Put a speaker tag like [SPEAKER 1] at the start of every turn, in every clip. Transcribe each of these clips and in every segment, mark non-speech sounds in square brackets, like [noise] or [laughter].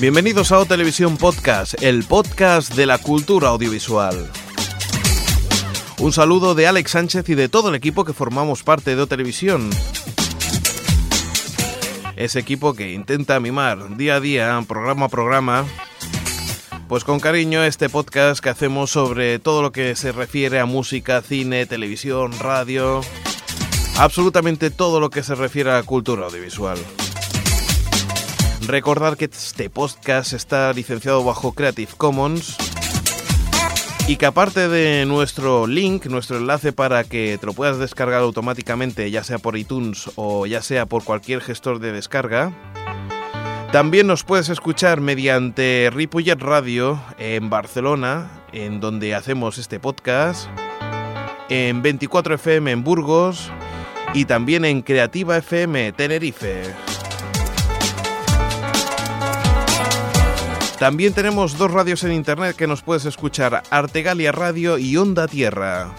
[SPEAKER 1] Bienvenidos a O Televisión Podcast, el podcast de la cultura audiovisual. Un saludo de Alex Sánchez y de todo el equipo que formamos parte de O Televisión. Ese equipo que intenta mimar día a día, programa a programa, pues con cariño este podcast que hacemos sobre todo lo que se refiere a música, cine, televisión, radio, absolutamente todo lo que se refiere a la cultura audiovisual. Recordar que este podcast está licenciado bajo Creative Commons y que aparte de nuestro link, nuestro enlace para que te lo puedas descargar automáticamente, ya sea por iTunes o ya sea por cualquier gestor de descarga, también nos puedes escuchar mediante Ripollet Radio en Barcelona, en donde hacemos este podcast, en 24FM en Burgos y también en Creativa FM Tenerife. También tenemos dos radios en internet que nos puedes escuchar, Artegalia Radio y Onda Tierra.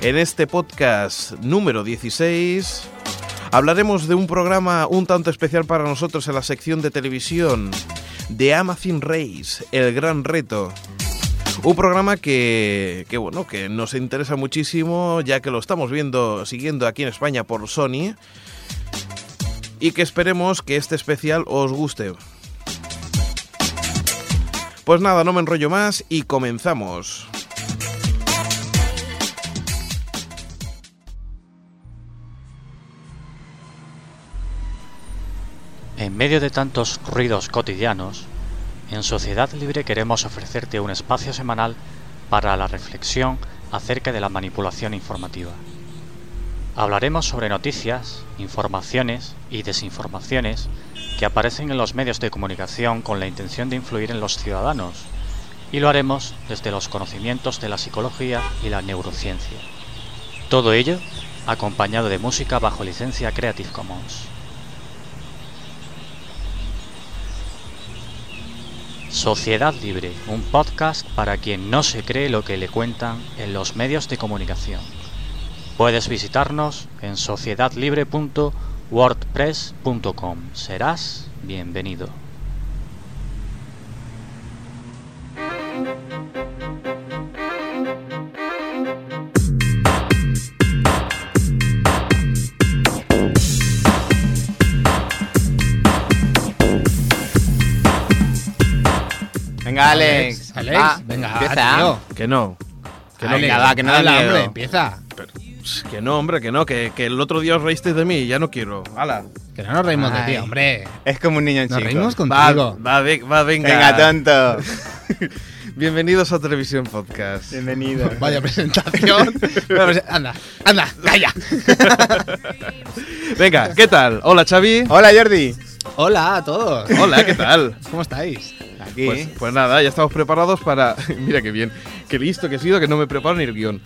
[SPEAKER 1] En este podcast número 16 hablaremos de un programa un tanto especial para nosotros en la sección de televisión de Amazon Race, El Gran Reto. Un programa que, que, bueno, que nos interesa muchísimo, ya que lo estamos viendo, siguiendo aquí en España por Sony. Y que esperemos que este especial os guste. Pues nada, no me enrollo más y comenzamos.
[SPEAKER 2] En medio de tantos ruidos cotidianos, en Sociedad Libre queremos ofrecerte un espacio semanal para la reflexión acerca de la manipulación informativa. Hablaremos sobre noticias, informaciones y desinformaciones que aparecen en los medios de comunicación con la intención de influir en los ciudadanos, y lo haremos desde los conocimientos de la psicología y la neurociencia. Todo ello acompañado de música bajo licencia Creative Commons. Sociedad Libre, un podcast para quien no se cree lo que le cuentan en los medios de comunicación. Puedes visitarnos en sociedadlibre.wordpress.com. Serás bienvenido.
[SPEAKER 3] Venga, Alex.
[SPEAKER 4] Alex,
[SPEAKER 3] Va,
[SPEAKER 4] venga,
[SPEAKER 3] empieza.
[SPEAKER 4] tío.
[SPEAKER 1] Que no. Que no,
[SPEAKER 3] Venga, va, que no da
[SPEAKER 4] habla,
[SPEAKER 3] miedo.
[SPEAKER 4] hombre, empieza.
[SPEAKER 1] que no, hombre, que no, que, que el otro día os reísteis de mí, ya no quiero. ¡Hala!
[SPEAKER 4] Que no nos reímos de
[SPEAKER 3] Ay.
[SPEAKER 4] ti, hombre.
[SPEAKER 3] Es como un niño
[SPEAKER 4] Nos
[SPEAKER 3] chico.
[SPEAKER 4] reímos
[SPEAKER 1] Va,
[SPEAKER 4] contigo.
[SPEAKER 1] va, ve- va, venga.
[SPEAKER 3] Venga, tonto.
[SPEAKER 1] Bienvenidos a Televisión Podcast.
[SPEAKER 3] Bienvenido.
[SPEAKER 4] Vaya presentación. Vaya presen- anda, anda, calla.
[SPEAKER 1] Venga, ¿qué tal? Hola, Xavi.
[SPEAKER 3] Hola, Jordi.
[SPEAKER 4] Hola a todos.
[SPEAKER 1] Hola, ¿qué [laughs] tal?
[SPEAKER 4] ¿Cómo estáis?
[SPEAKER 3] Aquí.
[SPEAKER 1] Pues, pues nada, ya estamos preparados para. [laughs] Mira qué bien, qué listo que he sido, que no me preparo ni el guión.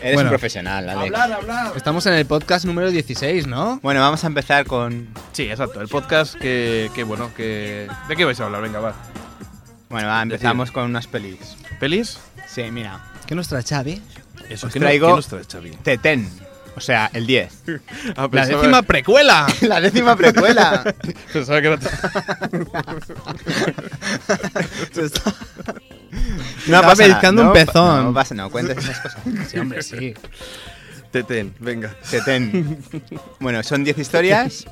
[SPEAKER 3] Eres
[SPEAKER 4] bueno.
[SPEAKER 3] un profesional, Alex.
[SPEAKER 1] hablar.
[SPEAKER 4] Estamos en el podcast número 16, ¿no?
[SPEAKER 3] Bueno, vamos a empezar con.
[SPEAKER 1] Sí, exacto, el podcast que, que bueno, que. ¿De qué vais a hablar? Venga, va.
[SPEAKER 3] Bueno, va, empezamos con unas pelis.
[SPEAKER 1] ¿Pelis?
[SPEAKER 3] Sí, mira.
[SPEAKER 4] ¿Qué nos trae Xavi?
[SPEAKER 1] Eso
[SPEAKER 3] Os
[SPEAKER 1] que
[SPEAKER 3] traigo-
[SPEAKER 1] no, ¿qué nos traes, [laughs] Xavi?
[SPEAKER 3] Teten. O sea, el 10.
[SPEAKER 1] Ah,
[SPEAKER 4] La
[SPEAKER 1] pensaba-
[SPEAKER 4] décima precuela.
[SPEAKER 3] La décima [laughs] precuela.
[SPEAKER 1] [laughs] pensaba que era-
[SPEAKER 3] No
[SPEAKER 4] Estaba
[SPEAKER 3] pasa nada,
[SPEAKER 4] pellizcando
[SPEAKER 3] no
[SPEAKER 4] un
[SPEAKER 3] pa-
[SPEAKER 4] pezón.
[SPEAKER 3] No pasa, no, cuentas esas cosas.
[SPEAKER 4] Sí, hombre, sí.
[SPEAKER 1] Tetén, venga.
[SPEAKER 3] Teten. Bueno, son 10 historias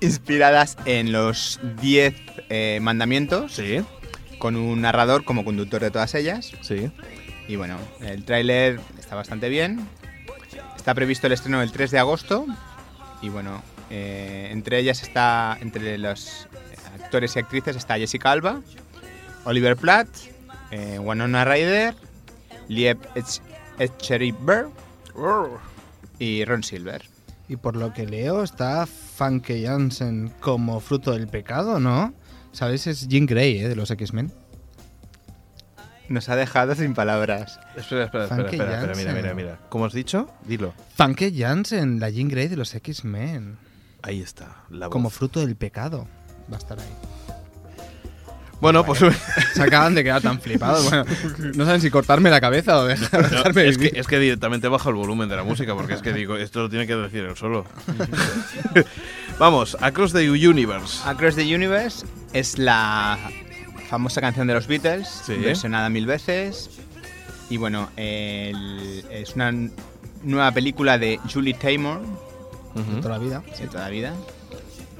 [SPEAKER 3] inspiradas en los 10 eh, mandamientos,
[SPEAKER 1] Sí,
[SPEAKER 3] con un narrador como conductor de todas ellas.
[SPEAKER 1] sí.
[SPEAKER 3] Y bueno, el tráiler está bastante bien. Está previsto el estreno el 3 de agosto. Y bueno, eh, entre ellas está, entre los actores y actrices está Jessica Alba, Oliver Platt, eh, Winona Ryder, Lieb Etcheriber
[SPEAKER 1] Oh.
[SPEAKER 3] y Ron Silver.
[SPEAKER 4] Y por lo que leo, está Funke Jansen como fruto del pecado, ¿no? ¿Sabes? Es Jim Grey, ¿eh? De los X-Men.
[SPEAKER 3] Nos ha dejado sin palabras.
[SPEAKER 1] Espera, espera, espera,
[SPEAKER 4] Funky
[SPEAKER 1] espera, espera, mira,
[SPEAKER 4] Jansen.
[SPEAKER 1] mira, mira. ¿Cómo has dicho? Dilo.
[SPEAKER 4] Funke Jansen, la Jean Grey de los X-Men.
[SPEAKER 1] Ahí está, la voz.
[SPEAKER 4] Como fruto del pecado. Va a estar ahí.
[SPEAKER 1] Bueno, pues [laughs]
[SPEAKER 4] Se acaban de quedar tan
[SPEAKER 3] [laughs]
[SPEAKER 4] flipados. Bueno, no saben si cortarme la cabeza o dejar- dejarme
[SPEAKER 1] es que,
[SPEAKER 4] vivir.
[SPEAKER 1] es que directamente bajo el volumen de la música, porque es que digo, esto lo tiene que decir él solo. [laughs] Vamos, Across the Universe.
[SPEAKER 3] Across the Universe es la famosa canción de los Beatles,
[SPEAKER 1] Sí.
[SPEAKER 3] versionada mil veces. Y bueno, el- es una n- nueva película de Julie Taymor,
[SPEAKER 1] Ujú.
[SPEAKER 4] Toda la vida.
[SPEAKER 3] de toda la vida.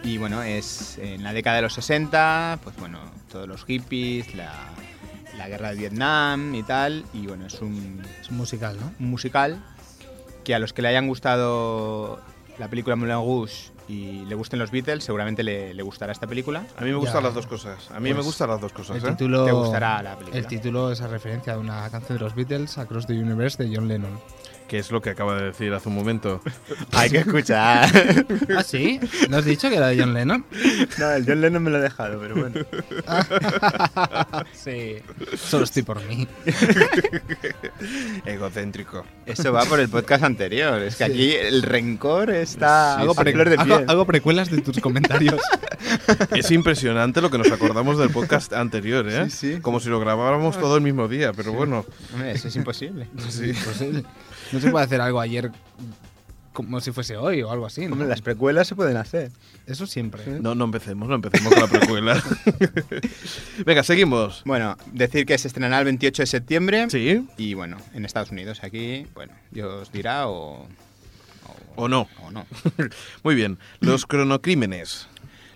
[SPEAKER 3] Y bueno, es en la década de los 60, pues bueno, todos los hippies, la, la guerra de Vietnam y tal. Y bueno, es un,
[SPEAKER 4] Es un musical, ¿no?
[SPEAKER 3] un musical que a los que le hayan gustado la película Moulin Rouge y le gusten los Beatles, seguramente le, le gustará esta película.
[SPEAKER 1] A mí me gustan
[SPEAKER 4] Ya.
[SPEAKER 1] las dos cosas. A mí me
[SPEAKER 4] Pues,
[SPEAKER 1] gustan las dos cosas.
[SPEAKER 4] El
[SPEAKER 1] ¿eh?
[SPEAKER 4] título,
[SPEAKER 3] Te gustará la película.
[SPEAKER 4] el título es a referencia a una canción de los Beatles, Across the Universe, de
[SPEAKER 1] [laughs]
[SPEAKER 4] John Lennon.
[SPEAKER 1] Que es lo que acaba de decir hace un momento.
[SPEAKER 3] Hay que escuchar.
[SPEAKER 4] ¿Ah, sí? ¿No has dicho que era de
[SPEAKER 1] [laughs]
[SPEAKER 4] John Lennon?
[SPEAKER 3] [laughs] No, el John Lennon me lo ha dejado, pero bueno.
[SPEAKER 4] Sí. Solo estoy por mí.
[SPEAKER 1] Egocéntrico.
[SPEAKER 3] Eso va por el podcast anterior. Es que
[SPEAKER 4] Sí.
[SPEAKER 3] aquí el rencor está
[SPEAKER 1] Sí,
[SPEAKER 3] algo
[SPEAKER 1] sí.
[SPEAKER 3] para flor de
[SPEAKER 4] hago,
[SPEAKER 3] piel.
[SPEAKER 4] hago precuelas de
[SPEAKER 1] [laughs]
[SPEAKER 4] tus comentarios.
[SPEAKER 1] Es impresionante lo que nos acordamos del podcast anterior, ¿eh?
[SPEAKER 3] Sí, sí.
[SPEAKER 1] Como si lo grabáramos todo el mismo día, pero bueno.
[SPEAKER 3] Hombre, eso es [laughs] imposible.
[SPEAKER 4] Sí, [laughs] pues, eh, no se puede hacer algo ayer como si fuese hoy o algo así. ¿no?
[SPEAKER 3] Hombre, las precuelas se pueden hacer.
[SPEAKER 4] Eso siempre.
[SPEAKER 1] No, no empecemos, no empecemos con la precuela. [laughs] Venga, seguimos.
[SPEAKER 3] Bueno, decir que se estrenará el 28 de septiembre.
[SPEAKER 1] ¿Sí?
[SPEAKER 3] Y bueno, en Estados Unidos, aquí, bueno, Dios dirá o.
[SPEAKER 1] O no.
[SPEAKER 3] O no.
[SPEAKER 1] Muy bien. Los cronocrímenes.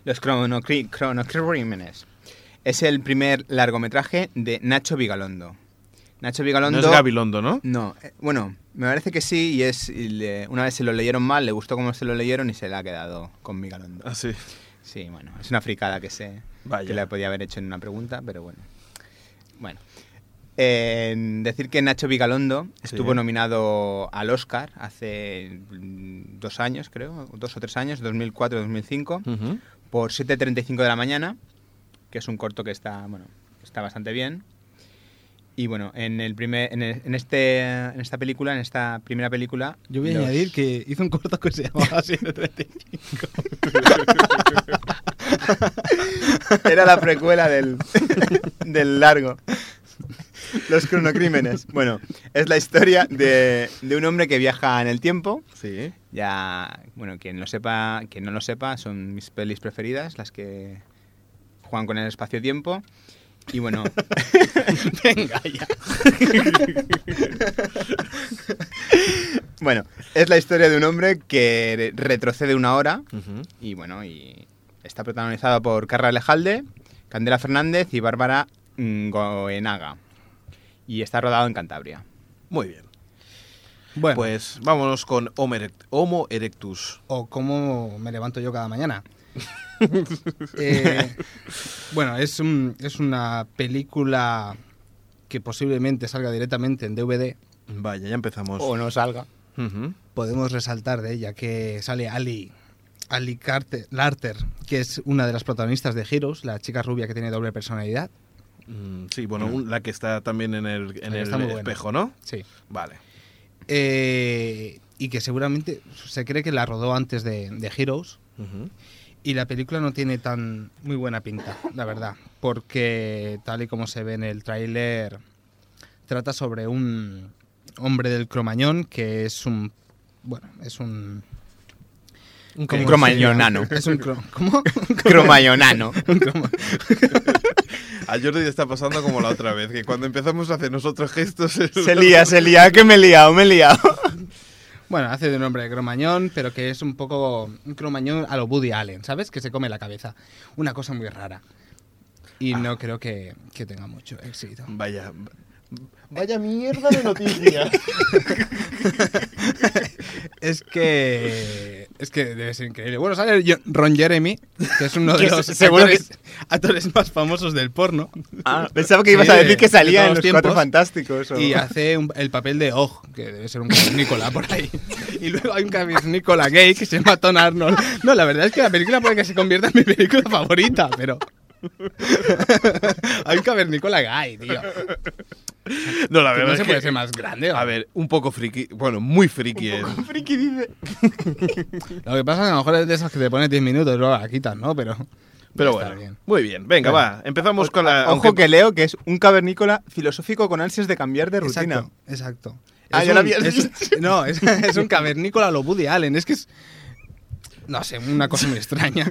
[SPEAKER 3] Los cronocrí- cronocrímenes. Es el primer largometraje de Nacho Vigalondo. Nacho
[SPEAKER 1] No
[SPEAKER 3] Vigalondo.
[SPEAKER 1] es Gabilondo, ¿no?
[SPEAKER 3] No, eh, bueno, me parece que sí y es y le- una vez se lo leyeron mal, le gustó cómo se lo leyeron y se la ha quedado con Vigalondo.
[SPEAKER 1] Ah, sí.
[SPEAKER 3] Sí, bueno, es una fricada que sé
[SPEAKER 1] Vaya.
[SPEAKER 3] que la podía haber hecho en una pregunta, pero bueno. Bueno, en decir que Nacho Vigalondo estuvo nominado al Oscar hace mm, dos años, creo, dos o tres años, 2004-2005
[SPEAKER 1] Ujú.
[SPEAKER 3] por 7.35 de la mañana, que es un corto que está, bueno, está bastante bien. Y bueno, en el primer, en, el- en este, en esta película, en esta primera película,
[SPEAKER 4] Yo voy a
[SPEAKER 3] los-
[SPEAKER 4] añadir que hizo un corto que se llamaba 735.
[SPEAKER 3] [laughs] era la precuela del, [laughs] del largo. Los cronocrímenes. Bueno, es la historia de, de un hombre que viaja en el tiempo.
[SPEAKER 1] Sí.
[SPEAKER 3] Ya, bueno, quien lo sepa, quien no lo sepa, son mis pelis preferidas, las que juegan con el espacio-tiempo. Y bueno,
[SPEAKER 4] Venga, ya.
[SPEAKER 3] Bueno, es la historia de un hombre que re- retrocede una hora
[SPEAKER 1] Ujú.
[SPEAKER 3] y bueno, y está protagonizada por Carla Alejalde, Candela Fernández y Bárbara mm, Goenaga. Y está rodado en Cantabria.
[SPEAKER 1] Muy bien.
[SPEAKER 4] Bueno,
[SPEAKER 1] Pues vámonos con Homo erect- Homo erectus.
[SPEAKER 4] o cómo me levanto yo cada mañana. Eh, bueno, es, un- es una película que posiblemente salga directamente en DVD.
[SPEAKER 1] Vaya, ya empezamos.
[SPEAKER 3] no salga.
[SPEAKER 1] Ujú.
[SPEAKER 4] Podemos resaltar de ella que sale Ali, Ali Carter, Larter, que es una de las protagonistas de Heroes, la chica rubia que tiene doble personalidad.
[SPEAKER 1] Mm, Sí, bueno, un- la que está también en el, en
[SPEAKER 4] que
[SPEAKER 1] el
[SPEAKER 4] está muy buena.
[SPEAKER 1] espejo, ¿no?
[SPEAKER 4] Sí.
[SPEAKER 1] Vale.
[SPEAKER 4] Eh, y que seguramente se cree que la rodó antes de, de Heroes.
[SPEAKER 1] Ujú.
[SPEAKER 4] Y la película no tiene tan muy buena pinta, la verdad. Porque tal y como se ve en el tráiler, trata sobre un hombre del cromañón que es un... Bueno, es un...
[SPEAKER 1] Un
[SPEAKER 4] ¿cómo
[SPEAKER 3] cromañonano.
[SPEAKER 4] se llama? Es un cro- ¿Cómo? [laughs]
[SPEAKER 3] [laughs] Cromayonano.
[SPEAKER 4] Un croma-
[SPEAKER 1] A Jordi le está pasando como la otra vez, que cuando empezamos a hacer nosotros gestos...
[SPEAKER 4] [laughs]
[SPEAKER 3] se lía, se lía, que me he liado, me he liado.
[SPEAKER 4] Bueno, hace de un hombre de cromañón, pero que es un poco un cromañón a lo Woody Allen, ¿sabes? Que se come la cabeza. Una cosa muy rara. Y no creo que, que tenga mucho éxito.
[SPEAKER 1] Vaya... Vaya mierda de noticias.
[SPEAKER 4] Es que. Es que debe ser increíble. Bueno, sale Jo- Ron Jeremy, que es uno de
[SPEAKER 3] [laughs] Que
[SPEAKER 4] los
[SPEAKER 3] se- seguro que
[SPEAKER 4] actores, actores más famosos del porno.
[SPEAKER 3] [laughs] pensaba que
[SPEAKER 4] Ah, Sí,
[SPEAKER 3] ibas a
[SPEAKER 4] de-
[SPEAKER 3] decir que
[SPEAKER 4] de
[SPEAKER 3] salía en
[SPEAKER 4] todos
[SPEAKER 3] los
[SPEAKER 4] tiempos.
[SPEAKER 3] cuatro fantásticos. o-
[SPEAKER 4] Y ah, hace un- el papel de Og, que debe ser un Nicola por ahí. Y luego hay un Nicola gay que se llama Tom Arnold. No, la verdad es que la película puede que se convierta en mi película favorita, pero. [laughs] hay un cavernícola gay, tío.
[SPEAKER 1] No, la
[SPEAKER 4] Que
[SPEAKER 1] verdad
[SPEAKER 4] no
[SPEAKER 1] es
[SPEAKER 4] se
[SPEAKER 1] que...
[SPEAKER 4] puede ser más
[SPEAKER 1] [laughs]
[SPEAKER 4] grande.
[SPEAKER 1] A
[SPEAKER 4] ¿o?
[SPEAKER 1] ver, un poco friki... Bueno, muy friki es.
[SPEAKER 3] Friki dice.
[SPEAKER 4] Lo que pasa es que a lo mejor es de esas que te pones 10 minutos y luego la quitas, ¿no? Pero.
[SPEAKER 1] Pero
[SPEAKER 4] Está
[SPEAKER 1] bueno,
[SPEAKER 4] bien.
[SPEAKER 1] muy bien. Venga,
[SPEAKER 4] Bueno.
[SPEAKER 1] va. Empezamos con la.
[SPEAKER 3] [laughs] Ojo
[SPEAKER 1] aunque-
[SPEAKER 3] que leo que es un cavernícola filosófico con ansias de cambiar de rutina.
[SPEAKER 4] Exacto, exacto.
[SPEAKER 3] Ah,
[SPEAKER 4] Es
[SPEAKER 3] ya lo
[SPEAKER 4] un-
[SPEAKER 3] habías
[SPEAKER 4] es-
[SPEAKER 3] dicho.
[SPEAKER 4] [laughs] No, es, es un cavernícola lo Woody Allen. Es que es. No sé, una cosa muy extraña.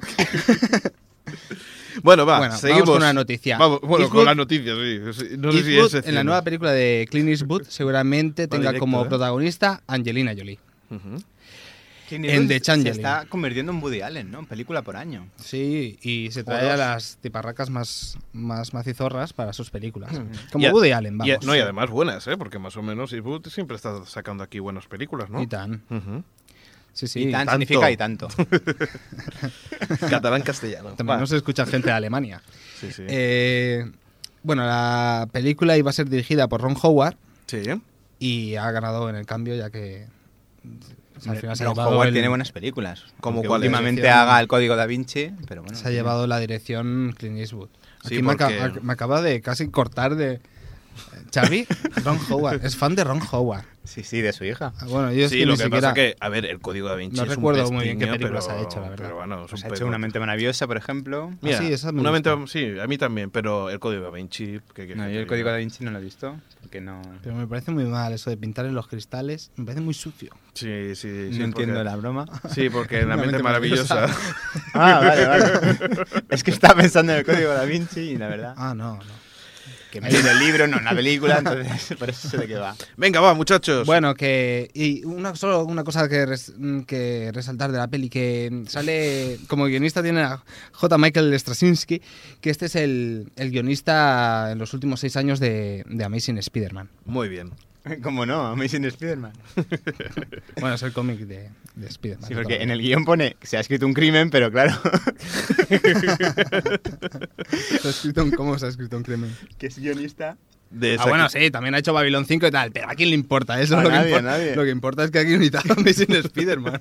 [SPEAKER 1] Bueno, va.
[SPEAKER 4] Bueno, vamos
[SPEAKER 1] seguimos.
[SPEAKER 4] con una noticia.
[SPEAKER 1] Vamos, bueno,
[SPEAKER 4] Eastwood-
[SPEAKER 1] con las noticias, sí. sí. No sé si
[SPEAKER 4] Eastwood,
[SPEAKER 1] es.
[SPEAKER 4] en la
[SPEAKER 1] escena.
[SPEAKER 4] nueva película de Clint Eastwood seguramente tenga
[SPEAKER 1] directo,
[SPEAKER 4] como
[SPEAKER 1] ¿eh?
[SPEAKER 4] protagonista Angelina Jolie.
[SPEAKER 1] Ujú.
[SPEAKER 3] Que
[SPEAKER 4] En
[SPEAKER 3] Netflix
[SPEAKER 4] The Changeling.
[SPEAKER 3] Se está convirtiendo en Woody Allen, ¿no? En película por año.
[SPEAKER 4] Sí, y se trae
[SPEAKER 3] Joder.
[SPEAKER 4] a las tiparracas más, más macizorras para sus películas. Como
[SPEAKER 1] Y a-
[SPEAKER 4] Woody Allen, vamos.
[SPEAKER 1] Y, no, y además buenas, ¿eh? Porque más o menos Eastwood siempre está sacando aquí buenas películas, ¿no?
[SPEAKER 4] Y tan.
[SPEAKER 1] Ujú.
[SPEAKER 4] Sí, sí.
[SPEAKER 3] y tan
[SPEAKER 1] tanto.
[SPEAKER 3] significa y
[SPEAKER 4] [laughs]
[SPEAKER 3] tanto.
[SPEAKER 1] Catalán-castellano.
[SPEAKER 4] También no se escucha gente de Alemania.
[SPEAKER 1] Sí, sí.
[SPEAKER 4] Eh, bueno, la película iba a ser dirigida por Ron Howard
[SPEAKER 1] sí.
[SPEAKER 4] y ha ganado en el cambio ya que... o sea, al final se ha
[SPEAKER 3] Ron
[SPEAKER 4] llevado
[SPEAKER 3] Howard
[SPEAKER 4] el-
[SPEAKER 3] tiene buenas películas.
[SPEAKER 1] ¿Como
[SPEAKER 3] Aunque
[SPEAKER 1] cuál es?
[SPEAKER 3] últimamente
[SPEAKER 4] Decían-
[SPEAKER 3] haga el código da Vinci, pero bueno.
[SPEAKER 4] Se ha llevado la dirección Clint Eastwood.
[SPEAKER 1] Sí,
[SPEAKER 4] Aquí me, aca-
[SPEAKER 1] porque-
[SPEAKER 4] me acaba de casi cortar de. Xavi, Ron Howard. Es fan de Ron Howard.
[SPEAKER 3] Sí, sí, de su hija.
[SPEAKER 4] Ah, Bueno, yo es
[SPEAKER 1] Sí,
[SPEAKER 4] que
[SPEAKER 1] lo
[SPEAKER 4] ni
[SPEAKER 1] que
[SPEAKER 4] siquiera.
[SPEAKER 1] pasa que, a ver, el código da Vinci
[SPEAKER 4] No
[SPEAKER 1] es un
[SPEAKER 4] recuerdo muy bien qué
[SPEAKER 1] pestiño,
[SPEAKER 4] películas
[SPEAKER 1] pero-
[SPEAKER 4] ha hecho, la verdad.
[SPEAKER 1] Pero bueno, es un
[SPEAKER 3] Pues ha
[SPEAKER 1] pe-
[SPEAKER 3] hecho una mente maravillosa, por ejemplo.
[SPEAKER 1] Mira,
[SPEAKER 4] Ah, sí, esa me
[SPEAKER 1] una
[SPEAKER 4] gusta.
[SPEAKER 1] mente- sí, a mí también, pero el código da Vinci... ¿qué quieres
[SPEAKER 3] No,
[SPEAKER 1] que
[SPEAKER 3] yo
[SPEAKER 1] te
[SPEAKER 3] el código
[SPEAKER 1] diga?
[SPEAKER 3] da Vinci no lo he visto, porque no,
[SPEAKER 4] Pero me parece muy mal eso de pintar en los cristales. Me parece muy sucio.
[SPEAKER 1] Sí, sí, sí.
[SPEAKER 3] no
[SPEAKER 1] porque-
[SPEAKER 3] entiendo la broma.
[SPEAKER 1] Sí, porque la
[SPEAKER 4] Una
[SPEAKER 1] mente
[SPEAKER 4] mente
[SPEAKER 1] maravillosa...
[SPEAKER 3] Ah, vale,
[SPEAKER 4] [laughs]
[SPEAKER 3] vale. es que estaba pensando en el código da Vinci y la verdad.
[SPEAKER 4] Ah, no, no.
[SPEAKER 3] Que me he
[SPEAKER 4] [laughs]
[SPEAKER 3] leído el libro, no una película, entonces [laughs] por eso sé de qué va.
[SPEAKER 1] [laughs] Venga, va, muchachos.
[SPEAKER 4] Bueno, que. Y una, solo una cosa que, res- mm, que resaltar de la peli: que sale. Como guionista tiene a J. Michael Straczynski, que este es el, el guionista en los últimos seis años de, de Amazing Spider-Man.
[SPEAKER 1] Muy bien.
[SPEAKER 3] ¿Cómo no? Amazing Spider-Man.
[SPEAKER 4] Bueno, es el cómic de, de Spider-Man.
[SPEAKER 3] Sí, porque en el guión pone que se ha escrito un crimen, pero claro, [laughs]
[SPEAKER 4] Se ha escrito un, ¿Cómo se ha escrito un crimen?
[SPEAKER 3] que es guionista.
[SPEAKER 1] De
[SPEAKER 4] Ah,
[SPEAKER 1] esa-
[SPEAKER 4] bueno, sí, también ha hecho Babylon 5 y tal, pero ¿a quién le importa eso?
[SPEAKER 3] A
[SPEAKER 4] lo,
[SPEAKER 3] nadie,
[SPEAKER 4] que
[SPEAKER 3] a
[SPEAKER 4] importa,
[SPEAKER 3] nadie.
[SPEAKER 4] lo que importa es que
[SPEAKER 3] [laughs]
[SPEAKER 4] aquí invitado a Amazing Spider-Man.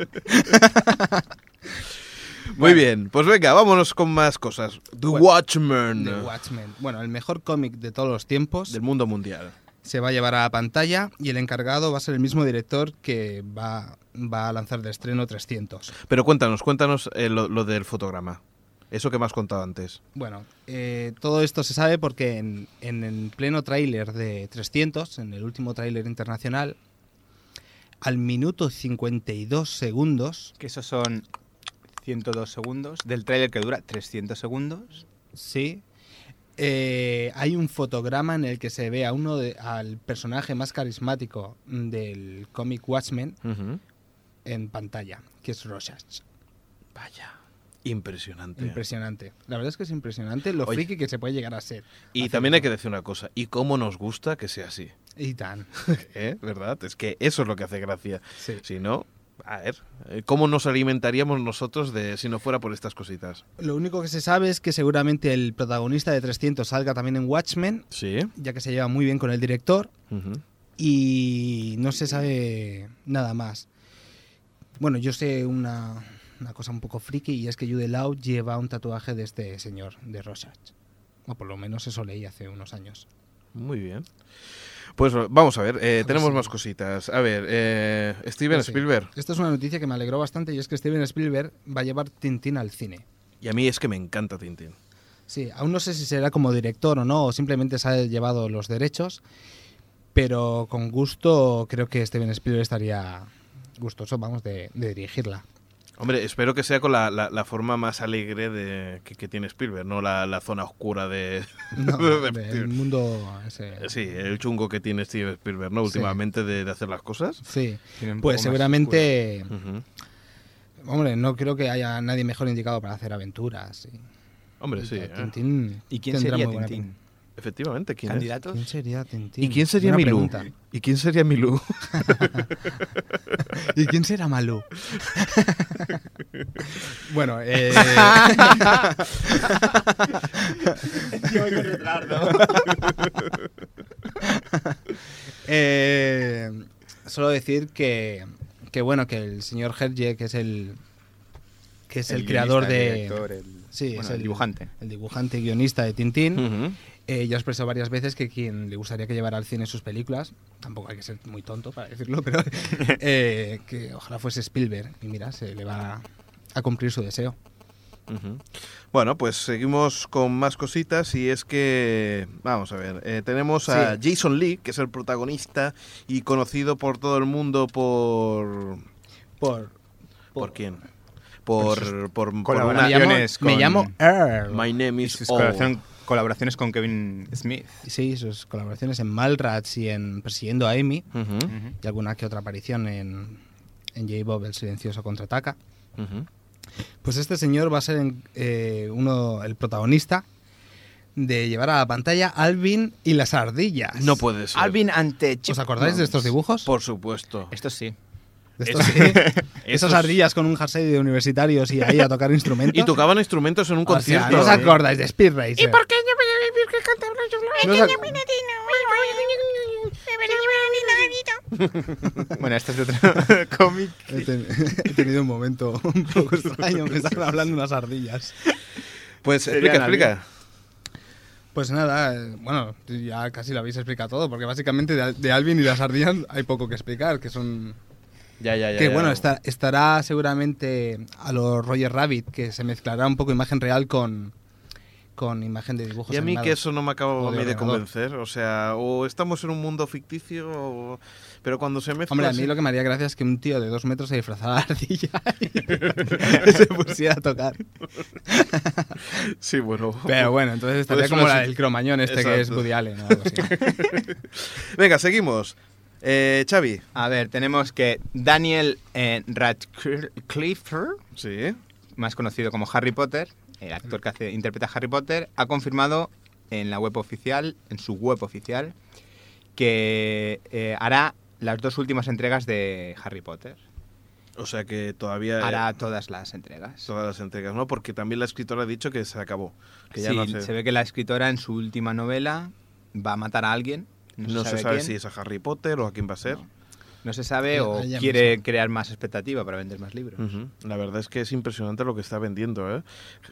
[SPEAKER 1] Muy bien, pues venga, vámonos con más cosas. The
[SPEAKER 4] Bueno.
[SPEAKER 1] Watchmen.
[SPEAKER 4] The Watchmen. Bueno, el mejor cómic de todos los tiempos
[SPEAKER 1] Del mundo mundial.
[SPEAKER 4] se va a llevar a la pantalla y el encargado va a ser el mismo director que va, va a lanzar de estreno 300.
[SPEAKER 1] Pero cuéntanos, cuéntanos eh, lo, lo del fotograma. Eso que me has contado antes.
[SPEAKER 4] Bueno, eh, todo esto se sabe porque en, en el pleno tráiler de 300, en el último tráiler internacional, al minuto 52 segundos
[SPEAKER 3] Que esos son 102 segundos del tráiler que dura 300 segundos.
[SPEAKER 4] Sí. Eh, hay un fotograma en el que se ve a uno de- al personaje más carismático del cómic Watchmen en pantalla, que es Rorschach.
[SPEAKER 1] Vaya. Impresionante.
[SPEAKER 4] Impresionante. La verdad es que es impresionante lo
[SPEAKER 1] Oye.
[SPEAKER 4] friki que se puede llegar a ser.
[SPEAKER 1] y también hay que decir una cosa, y cómo nos gusta que sea así.
[SPEAKER 4] Y tan.
[SPEAKER 1] ¿Eh? ¿Verdad? Es que eso es lo que hace gracia.
[SPEAKER 4] Sí.
[SPEAKER 1] Si no, a ver, eh, ¿cómo nos alimentaríamos nosotros de si no fuera por estas cositas?
[SPEAKER 4] Lo único que se sabe es que seguramente el protagonista de 300 salga también en Watchmen,
[SPEAKER 1] Sí.
[SPEAKER 4] ya que se lleva muy bien con el director. y no se sabe nada más. Bueno, yo sé una, una cosa un poco friki y es que Jude Law lleva un tatuaje de este señor, de Rorschach. O por lo menos eso leí hace unos años.
[SPEAKER 1] Muy bien. Pues eh, vamos a ver, eh,
[SPEAKER 4] ver
[SPEAKER 1] tenemos
[SPEAKER 4] si-
[SPEAKER 1] más cositas. A ver, eh, Steven
[SPEAKER 4] No sé.
[SPEAKER 1] Spielberg.
[SPEAKER 4] Esta es una noticia que me alegró bastante y es que Steven Spielberg va a llevar Tintín al cine.
[SPEAKER 1] Y a mí es que me encanta Tintín.
[SPEAKER 4] Sí, aún no sé si será como director o no, o simplemente se ha llevado los derechos, pero con gusto creo que Steven Spielberg estaría gustoso, vamos, de- de dirigirla.
[SPEAKER 1] [laughs] Hombre, espero que sea con la, la- la forma más alegre de, que, que tiene Spielberg, no la, la zona oscura de... [laughs]
[SPEAKER 4] No,
[SPEAKER 1] de-
[SPEAKER 4] el mundo ese.
[SPEAKER 1] Sí, el chungo que tiene Steven Spielberg, ¿no?
[SPEAKER 4] Sí.
[SPEAKER 1] Últimamente de, de hacer las cosas.
[SPEAKER 4] Sí.
[SPEAKER 3] Tiene un
[SPEAKER 4] Pues
[SPEAKER 3] poco más
[SPEAKER 4] seguramente,
[SPEAKER 1] Ujú.
[SPEAKER 4] hombre, no creo que haya nadie mejor indicado para hacer aventuras. y-
[SPEAKER 1] Hombre, sí.
[SPEAKER 4] y
[SPEAKER 1] ¿eh?
[SPEAKER 4] Tintín
[SPEAKER 3] ¿Y quién
[SPEAKER 4] tendrá
[SPEAKER 3] sería
[SPEAKER 4] muy buena
[SPEAKER 3] Tintín?
[SPEAKER 1] Efectivamente, ¿quién es?
[SPEAKER 4] pinta.
[SPEAKER 3] ¿Candidatos?
[SPEAKER 4] ¿Quién sería Tintín?
[SPEAKER 1] ¿Y quién sería
[SPEAKER 4] Buena
[SPEAKER 1] Milú?
[SPEAKER 4] pregunta.
[SPEAKER 1] ¿Y quién sería Milú?
[SPEAKER 4] ¿Y quién será Malú? [laughs] bueno,
[SPEAKER 3] [laughs]
[SPEAKER 4] eh, [laughs] eh, solo decir que, que bueno, que el señor Herge, que es el que es el, creador
[SPEAKER 3] guionista,
[SPEAKER 4] de
[SPEAKER 3] el director, el-
[SPEAKER 4] sí,
[SPEAKER 3] bueno,
[SPEAKER 4] es
[SPEAKER 3] el dibujante.
[SPEAKER 4] el dibujante y guionista de
[SPEAKER 3] Mm.
[SPEAKER 4] Tintín.
[SPEAKER 1] [laughs] Ujú.
[SPEAKER 4] Eh, ya he expresado varias veces que quien le gustaría que llevara al cine sus películas, tampoco hay que ser muy tonto para decirlo,
[SPEAKER 1] [laughs]
[SPEAKER 4] pero eh, que ojalá fuese Spielberg. Y mira, se le va a cumplir su deseo.
[SPEAKER 1] Ujú. Bueno, pues seguimos con más cositas y es que, vamos a ver, eh, tenemos a Jason Lee, que es el protagonista y conocido por todo el mundo por...
[SPEAKER 4] Por, Pues
[SPEAKER 1] ¿Por quién? Por, por, por
[SPEAKER 4] me
[SPEAKER 1] una...
[SPEAKER 3] Colaboración.
[SPEAKER 4] llamo,
[SPEAKER 3] Acciones
[SPEAKER 4] me
[SPEAKER 3] con-
[SPEAKER 4] llamo Earl.
[SPEAKER 1] My name
[SPEAKER 3] Y
[SPEAKER 1] is
[SPEAKER 3] sus
[SPEAKER 1] Earl.
[SPEAKER 3] colaboración- Oh. colaboraciones con Kevin Smith.
[SPEAKER 4] Sí, sus colaboraciones en Malrats y en Persiguiendo a Amy.
[SPEAKER 1] Ujú,
[SPEAKER 4] Y alguna que otra aparición en, en J. Bob, el silencioso contraataca.
[SPEAKER 1] ujú.
[SPEAKER 4] Pues este señor va a ser en- eh, uno, el protagonista de llevar a la pantalla Alvin y las ardillas.
[SPEAKER 1] No puede ser.
[SPEAKER 3] Alvin ante
[SPEAKER 4] ¿Os acordáis de estos dibujos?
[SPEAKER 1] Por supuesto.
[SPEAKER 3] Estos sí.
[SPEAKER 4] De estos-
[SPEAKER 1] [laughs]
[SPEAKER 4] Esas
[SPEAKER 1] Estos-
[SPEAKER 4] ardillas con un jersey de universitarios y ahí a tocar instrumentos.
[SPEAKER 1] [laughs] Y tocaban instrumentos en un
[SPEAKER 4] O sea,
[SPEAKER 1] concierto. ¿eh?
[SPEAKER 4] ¿No os acordáis de Speed Racer?
[SPEAKER 5] ¿Y por qué yo voy a vivir que canta yo lo
[SPEAKER 4] No
[SPEAKER 5] que
[SPEAKER 4] sa-
[SPEAKER 5] yo vine de no, no, no, me venía mi
[SPEAKER 3] Bueno, este es de
[SPEAKER 1] [laughs]
[SPEAKER 3] otro cómic.
[SPEAKER 4] He, ten- he tenido un momento un poco extraño, me estaban hablando unas ardillas.
[SPEAKER 1] Pues
[SPEAKER 3] Serían
[SPEAKER 1] explica, explica.
[SPEAKER 4] Pues nada, eh, bueno, ya casi lo habéis explicado todo, porque básicamente de, Al- de Alvin y las ardillas hay poco que explicar, que son...
[SPEAKER 1] Ya, ya, ya.
[SPEAKER 4] que
[SPEAKER 1] ya.
[SPEAKER 4] bueno, esta- estará seguramente a los Roger Rabbit, que se mezclará un poco imagen real con, con imagen de dibujos
[SPEAKER 1] Y a mí que
[SPEAKER 4] animados.
[SPEAKER 1] eso no me acaba
[SPEAKER 4] O
[SPEAKER 1] a
[SPEAKER 4] de
[SPEAKER 1] mí de
[SPEAKER 4] ordenador.
[SPEAKER 1] convencer. O sea, o estamos en un mundo ficticio, o... pero cuando se mezcla...
[SPEAKER 4] Hombre, a mí
[SPEAKER 1] así-
[SPEAKER 4] lo que me haría gracia es que un tío de dos metros se disfrazara de ardilla y [laughs] se pusiera a tocar.
[SPEAKER 1] Sí, bueno.
[SPEAKER 4] Pero bueno, entonces estaría
[SPEAKER 1] Puede ser
[SPEAKER 4] como
[SPEAKER 1] una
[SPEAKER 4] la
[SPEAKER 1] sit-
[SPEAKER 4] del cromañón este que es
[SPEAKER 1] Exacto.
[SPEAKER 4] Woody Allen o algo
[SPEAKER 1] [laughs]
[SPEAKER 4] así.
[SPEAKER 1] Venga, seguimos. Eh, Xavi.
[SPEAKER 3] A ver, tenemos que Daniel eh, Radcliffe,
[SPEAKER 1] Sí.
[SPEAKER 3] más conocido como Harry Potter, el actor que hace, interpreta a Harry Potter, ha confirmado en la web oficial, en su web oficial, que eh, hará las dos últimas entregas de Harry Potter.
[SPEAKER 1] O sea que todavía... eh,
[SPEAKER 3] Hará todas las entregas.
[SPEAKER 1] Todas las entregas, ¿no? Porque también la escritora ha dicho que se acabó. Que ya
[SPEAKER 3] Sí,
[SPEAKER 1] no hace-
[SPEAKER 3] se ve que la escritora en su última novela va a matar a alguien. No,
[SPEAKER 1] no
[SPEAKER 3] se sabe, quién.
[SPEAKER 1] si es a Harry Potter o a quién va a ser.
[SPEAKER 3] No se sabe
[SPEAKER 4] Ya-
[SPEAKER 3] o
[SPEAKER 4] ya
[SPEAKER 3] quiere
[SPEAKER 4] mismo.
[SPEAKER 3] crear más expectativa para vender más libros.
[SPEAKER 1] Ujú. La verdad es que es impresionante lo que está vendiendo ¿eh?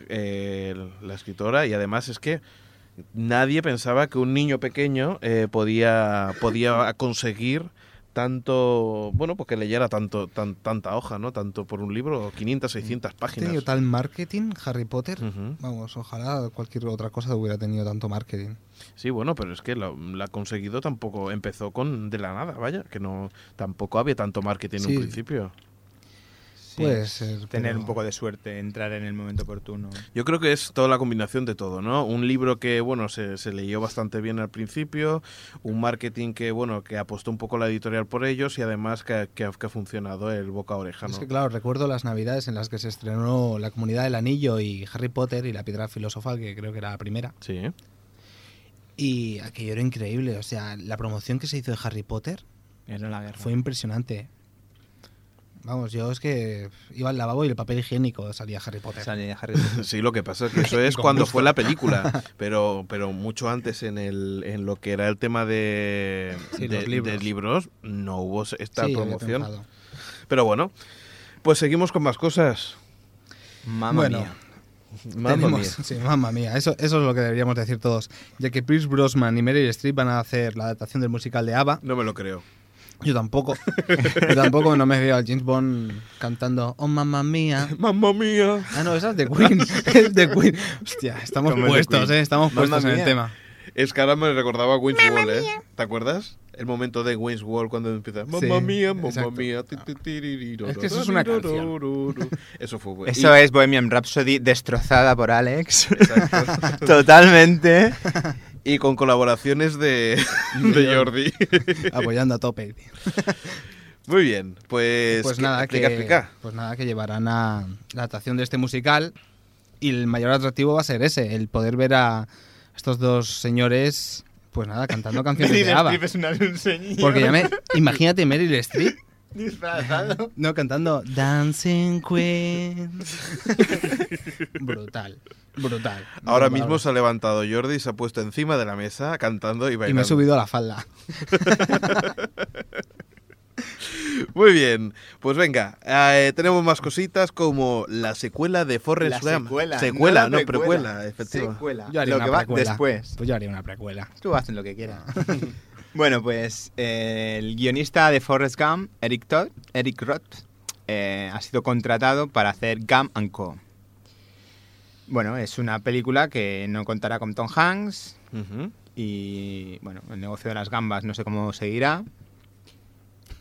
[SPEAKER 1] Eh, la escritora y además es que nadie pensaba que un niño pequeño eh, podía, podía conseguir tanto, bueno, pues que leyera tanto, tan- tanta hoja, ¿no? Tanto por un libro, 500, 600
[SPEAKER 4] Ha tenido
[SPEAKER 1] páginas. Mm.
[SPEAKER 4] tal marketing Harry Potter.
[SPEAKER 1] Ujú.
[SPEAKER 4] Vamos, ojalá cualquier otra cosa hubiera tenido tanto marketing.
[SPEAKER 1] Sí, bueno, pero es que la, la ha conseguido tampoco, empezó con de la nada, vaya, que no, tampoco había tanto marketing en
[SPEAKER 4] Sí.
[SPEAKER 1] un principio.
[SPEAKER 3] Sí.
[SPEAKER 4] Puede ser.
[SPEAKER 3] Tener
[SPEAKER 4] pero-
[SPEAKER 3] un poco de suerte, entrar en el momento oportuno.
[SPEAKER 1] Yo creo que es toda la combinación de todo, ¿no? Un libro que, bueno, se, se leyó bastante bien al principio, un marketing que, bueno, que apostó un poco la editorial por ellos y además que, que ha- que ha funcionado el boca a oreja, ¿no?
[SPEAKER 4] Es que claro, recuerdo las navidades en las que se estrenó La Comunidad del Anillo y Harry Potter y la Piedra Filosofal, que creo que era la primera.
[SPEAKER 1] Sí, [laughs] ¿eh?
[SPEAKER 4] Y aquello era increíble. O sea, la promoción que se hizo de Harry Potter
[SPEAKER 3] Era la guerra.
[SPEAKER 4] fue impresionante. Vamos, yo es que iba al lavabo y el papel higiénico salía Harry Potter.
[SPEAKER 3] Salía Harry [laughs] Potter.
[SPEAKER 1] sí, lo que pasa es que
[SPEAKER 4] [laughs]
[SPEAKER 1] eso es
[SPEAKER 4] Con
[SPEAKER 1] cuando
[SPEAKER 4] gusto.
[SPEAKER 1] fue la película,
[SPEAKER 4] [laughs]
[SPEAKER 1] pero, pero mucho antes en, el, en lo que era el tema de,
[SPEAKER 4] Sí,
[SPEAKER 1] de-
[SPEAKER 4] los libros.
[SPEAKER 1] de libros, no hubo esta
[SPEAKER 4] Sí, había
[SPEAKER 1] promoción.
[SPEAKER 4] triunfado.
[SPEAKER 1] Pero bueno, pues seguimos con más cosas.
[SPEAKER 3] Mamma
[SPEAKER 4] Bueno,
[SPEAKER 3] mía.
[SPEAKER 1] Mamma
[SPEAKER 3] [laughs]
[SPEAKER 4] Tenemos- [laughs] sí, mamma mía. Eso, eso es lo que deberíamos decir todos. Ya que Pierce Brosnan y Meryl Streep van a hacer la adaptación del musical de ABBA.
[SPEAKER 1] No me lo creo.
[SPEAKER 4] Yo
[SPEAKER 1] [laughs]
[SPEAKER 4] tampoco. Yo tampoco no me veo al James Bond cantando Oh mamma mía.
[SPEAKER 1] ¡Mamma mía!
[SPEAKER 4] Ah, no, esa es de Queen. [laughs] Es de Queen. Hostia, estamos
[SPEAKER 1] ¿Cómo es de
[SPEAKER 4] puestos,
[SPEAKER 1] Queen?
[SPEAKER 4] eh. Estamos
[SPEAKER 3] Mamma
[SPEAKER 4] puestos en
[SPEAKER 3] mía.
[SPEAKER 1] [laughs]
[SPEAKER 4] el tema.
[SPEAKER 1] Es que ahora me recordaba a Wayne's
[SPEAKER 5] Mamma
[SPEAKER 1] Wall, ¿eh?
[SPEAKER 5] mía.
[SPEAKER 1] ¿Te acuerdas? El momento de Wayne's Wall cuando empieza. Mamma
[SPEAKER 4] Sí,
[SPEAKER 1] mía, mamma
[SPEAKER 4] exacto.
[SPEAKER 1] mía. ti, ti, tiririro,
[SPEAKER 4] Es que eso es una
[SPEAKER 1] ro, ro,
[SPEAKER 4] canción.
[SPEAKER 1] ro,
[SPEAKER 4] [laughs]
[SPEAKER 1] ro. Eso fue bueno.
[SPEAKER 3] Eso es Bohemian Rhapsody destrozada por Alex.
[SPEAKER 1] Exacto.
[SPEAKER 3] [laughs] Totalmente.
[SPEAKER 1] Y con colaboraciones de,
[SPEAKER 4] [laughs]
[SPEAKER 1] de Jordi.
[SPEAKER 4] Apoyando a tope.
[SPEAKER 1] Muy bien, pues.
[SPEAKER 4] Pues
[SPEAKER 1] ¿qué-
[SPEAKER 4] nada,
[SPEAKER 1] explica,
[SPEAKER 4] que,
[SPEAKER 1] explica.
[SPEAKER 4] pues nada, que llevarán a la adaptación de este musical. Y el mayor atractivo va a ser ese, el poder ver a estos dos señores, pues nada, cantando
[SPEAKER 1] [laughs]
[SPEAKER 4] canciones de ABBA.
[SPEAKER 3] es una señora
[SPEAKER 4] Porque ya me. Imagínate Meryl Streep
[SPEAKER 3] disfrazado.
[SPEAKER 4] [laughs] No, cantando Dancing Queen. [laughs] brutal, brutal.
[SPEAKER 1] Ahora
[SPEAKER 4] Brutal.
[SPEAKER 1] mismo se ha levantado Jordi, se ha puesto encima de la mesa cantando y
[SPEAKER 4] Y me
[SPEAKER 1] bailando.
[SPEAKER 4] he subido a la falda.
[SPEAKER 1] Muy bien, pues venga, eh, tenemos más cositas como la secuela de
[SPEAKER 3] La
[SPEAKER 1] Forrest Gump.
[SPEAKER 3] secuela.
[SPEAKER 1] Secuela,
[SPEAKER 3] la
[SPEAKER 1] no,
[SPEAKER 3] precuela.
[SPEAKER 1] precuela, efectivamente.
[SPEAKER 3] Secuela.
[SPEAKER 4] Yo haría
[SPEAKER 3] Lo
[SPEAKER 4] una
[SPEAKER 3] que va
[SPEAKER 4] precuela.
[SPEAKER 3] después.
[SPEAKER 4] Pues yo haría una precuela.
[SPEAKER 3] Tú haces lo que quieras. [laughs] bueno, pues eh, el guionista de Forrest Gump, Eric, Todd, Eric Roth, eh, ha sido contratado para hacer Gump and Co. Bueno, es una película que no contará con Tom Hanks
[SPEAKER 1] Ujú.
[SPEAKER 3] y, bueno, el negocio de las gambas no sé cómo seguirá.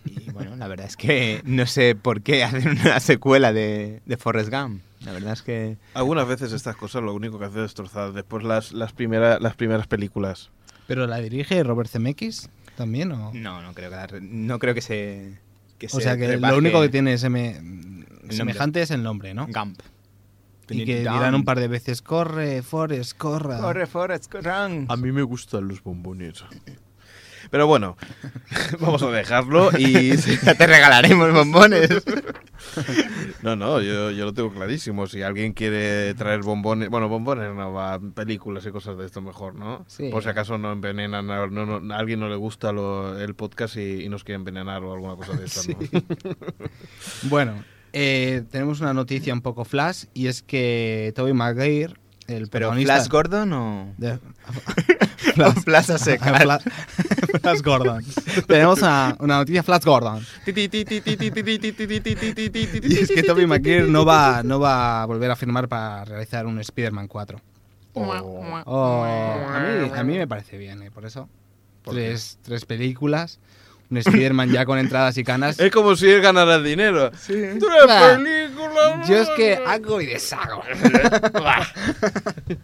[SPEAKER 3] Y, bueno, la verdad es que no sé por qué hacen una secuela de, de Forrest Gump. La verdad es que...
[SPEAKER 1] Algunas veces estas cosas lo único que hace es destrozar después las, las, primera- las primeras películas.
[SPEAKER 4] ¿Pero la dirige Robert Zemeckis también o...?
[SPEAKER 3] No, no creo que, la re- no creo que se... que
[SPEAKER 4] o
[SPEAKER 3] se
[SPEAKER 4] sea que
[SPEAKER 3] rebaje
[SPEAKER 4] lo único que tiene seme-
[SPEAKER 3] nombre.
[SPEAKER 4] semejante es el nombre, ¿no?
[SPEAKER 3] Gump.
[SPEAKER 4] Y que dirán un par de veces, corre, Forrest, corra.
[SPEAKER 3] Corre, Forrest, corran.
[SPEAKER 1] mí me gustan los bombones. Pero bueno, [laughs] vamos a dejarlo
[SPEAKER 4] [laughs]
[SPEAKER 1] y...
[SPEAKER 3] Ya te regalaremos bombones.
[SPEAKER 1] No, no, yo, yo lo tengo clarísimo. Si alguien quiere traer bombones... Bueno, bombones no, va, películas y cosas de esto mejor, ¿no?
[SPEAKER 4] Sí.
[SPEAKER 1] Por si acaso no envenenan, a, no- no- a alguien no le gusta lo- el podcast y, y nos quiere envenenar o alguna cosa de esto,
[SPEAKER 4] [laughs]
[SPEAKER 1] ¿no?
[SPEAKER 4] Bueno, eh, tenemos una noticia un poco flash y es que Toby Maguire,
[SPEAKER 3] ¿Pero
[SPEAKER 4] el protagonista...
[SPEAKER 3] Flash Gordon o...? [laughs]
[SPEAKER 4] de- [laughs]
[SPEAKER 3] O Plaza Seca.
[SPEAKER 4] Fla- [laughs] Flash Gordon. tenemos una, una noticia Flash Gordon. Y es que Toby Maguire no va, no va a volver a firmar para realizar un Spider-Man 4.
[SPEAKER 1] O-
[SPEAKER 4] Oh, a, mí, a mí me parece bien, ¿eh? por eso.
[SPEAKER 1] ¿Por qué?
[SPEAKER 4] tres, tres películas, un Spider-Man ya con entradas
[SPEAKER 1] [laughs]
[SPEAKER 4] y canas.
[SPEAKER 1] Es como si él ganara dinero. ¡Tres
[SPEAKER 4] Bah.
[SPEAKER 1] películas!
[SPEAKER 4] Yo es que hago y deshago.
[SPEAKER 1] [laughs]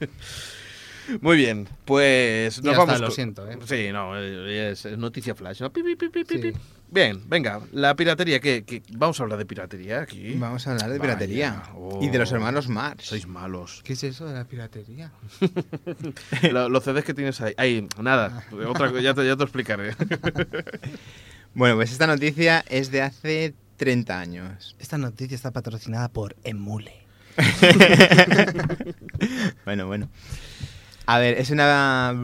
[SPEAKER 1] Muy bien, pues nos
[SPEAKER 4] Ya está,
[SPEAKER 1] vamos.
[SPEAKER 4] lo
[SPEAKER 1] con-
[SPEAKER 4] siento, ¿eh?
[SPEAKER 1] Sí, no, eh, es, es noticia flash. ¿no? Pi, pi, pi, pi, pi,
[SPEAKER 4] Sí.
[SPEAKER 1] pi. Bien, venga, la piratería, ¿qué, qué? Vamos a hablar de piratería aquí.
[SPEAKER 3] Vamos a hablar de
[SPEAKER 1] Vaya,
[SPEAKER 3] piratería.
[SPEAKER 1] oh.
[SPEAKER 3] Y de los hermanos Marx.
[SPEAKER 1] Sois malos.
[SPEAKER 4] ¿Qué es eso de la piratería?
[SPEAKER 1] [laughs] Lo- los CDs que tienes ahí. Ahí, nada. Otra, co- ya, te, ya te explicaré.
[SPEAKER 3] Bueno, pues esta noticia es de hace 30
[SPEAKER 4] [laughs]
[SPEAKER 3] años.
[SPEAKER 4] Esta noticia está patrocinada por Emule.
[SPEAKER 3] bueno, bueno. A ver, es una,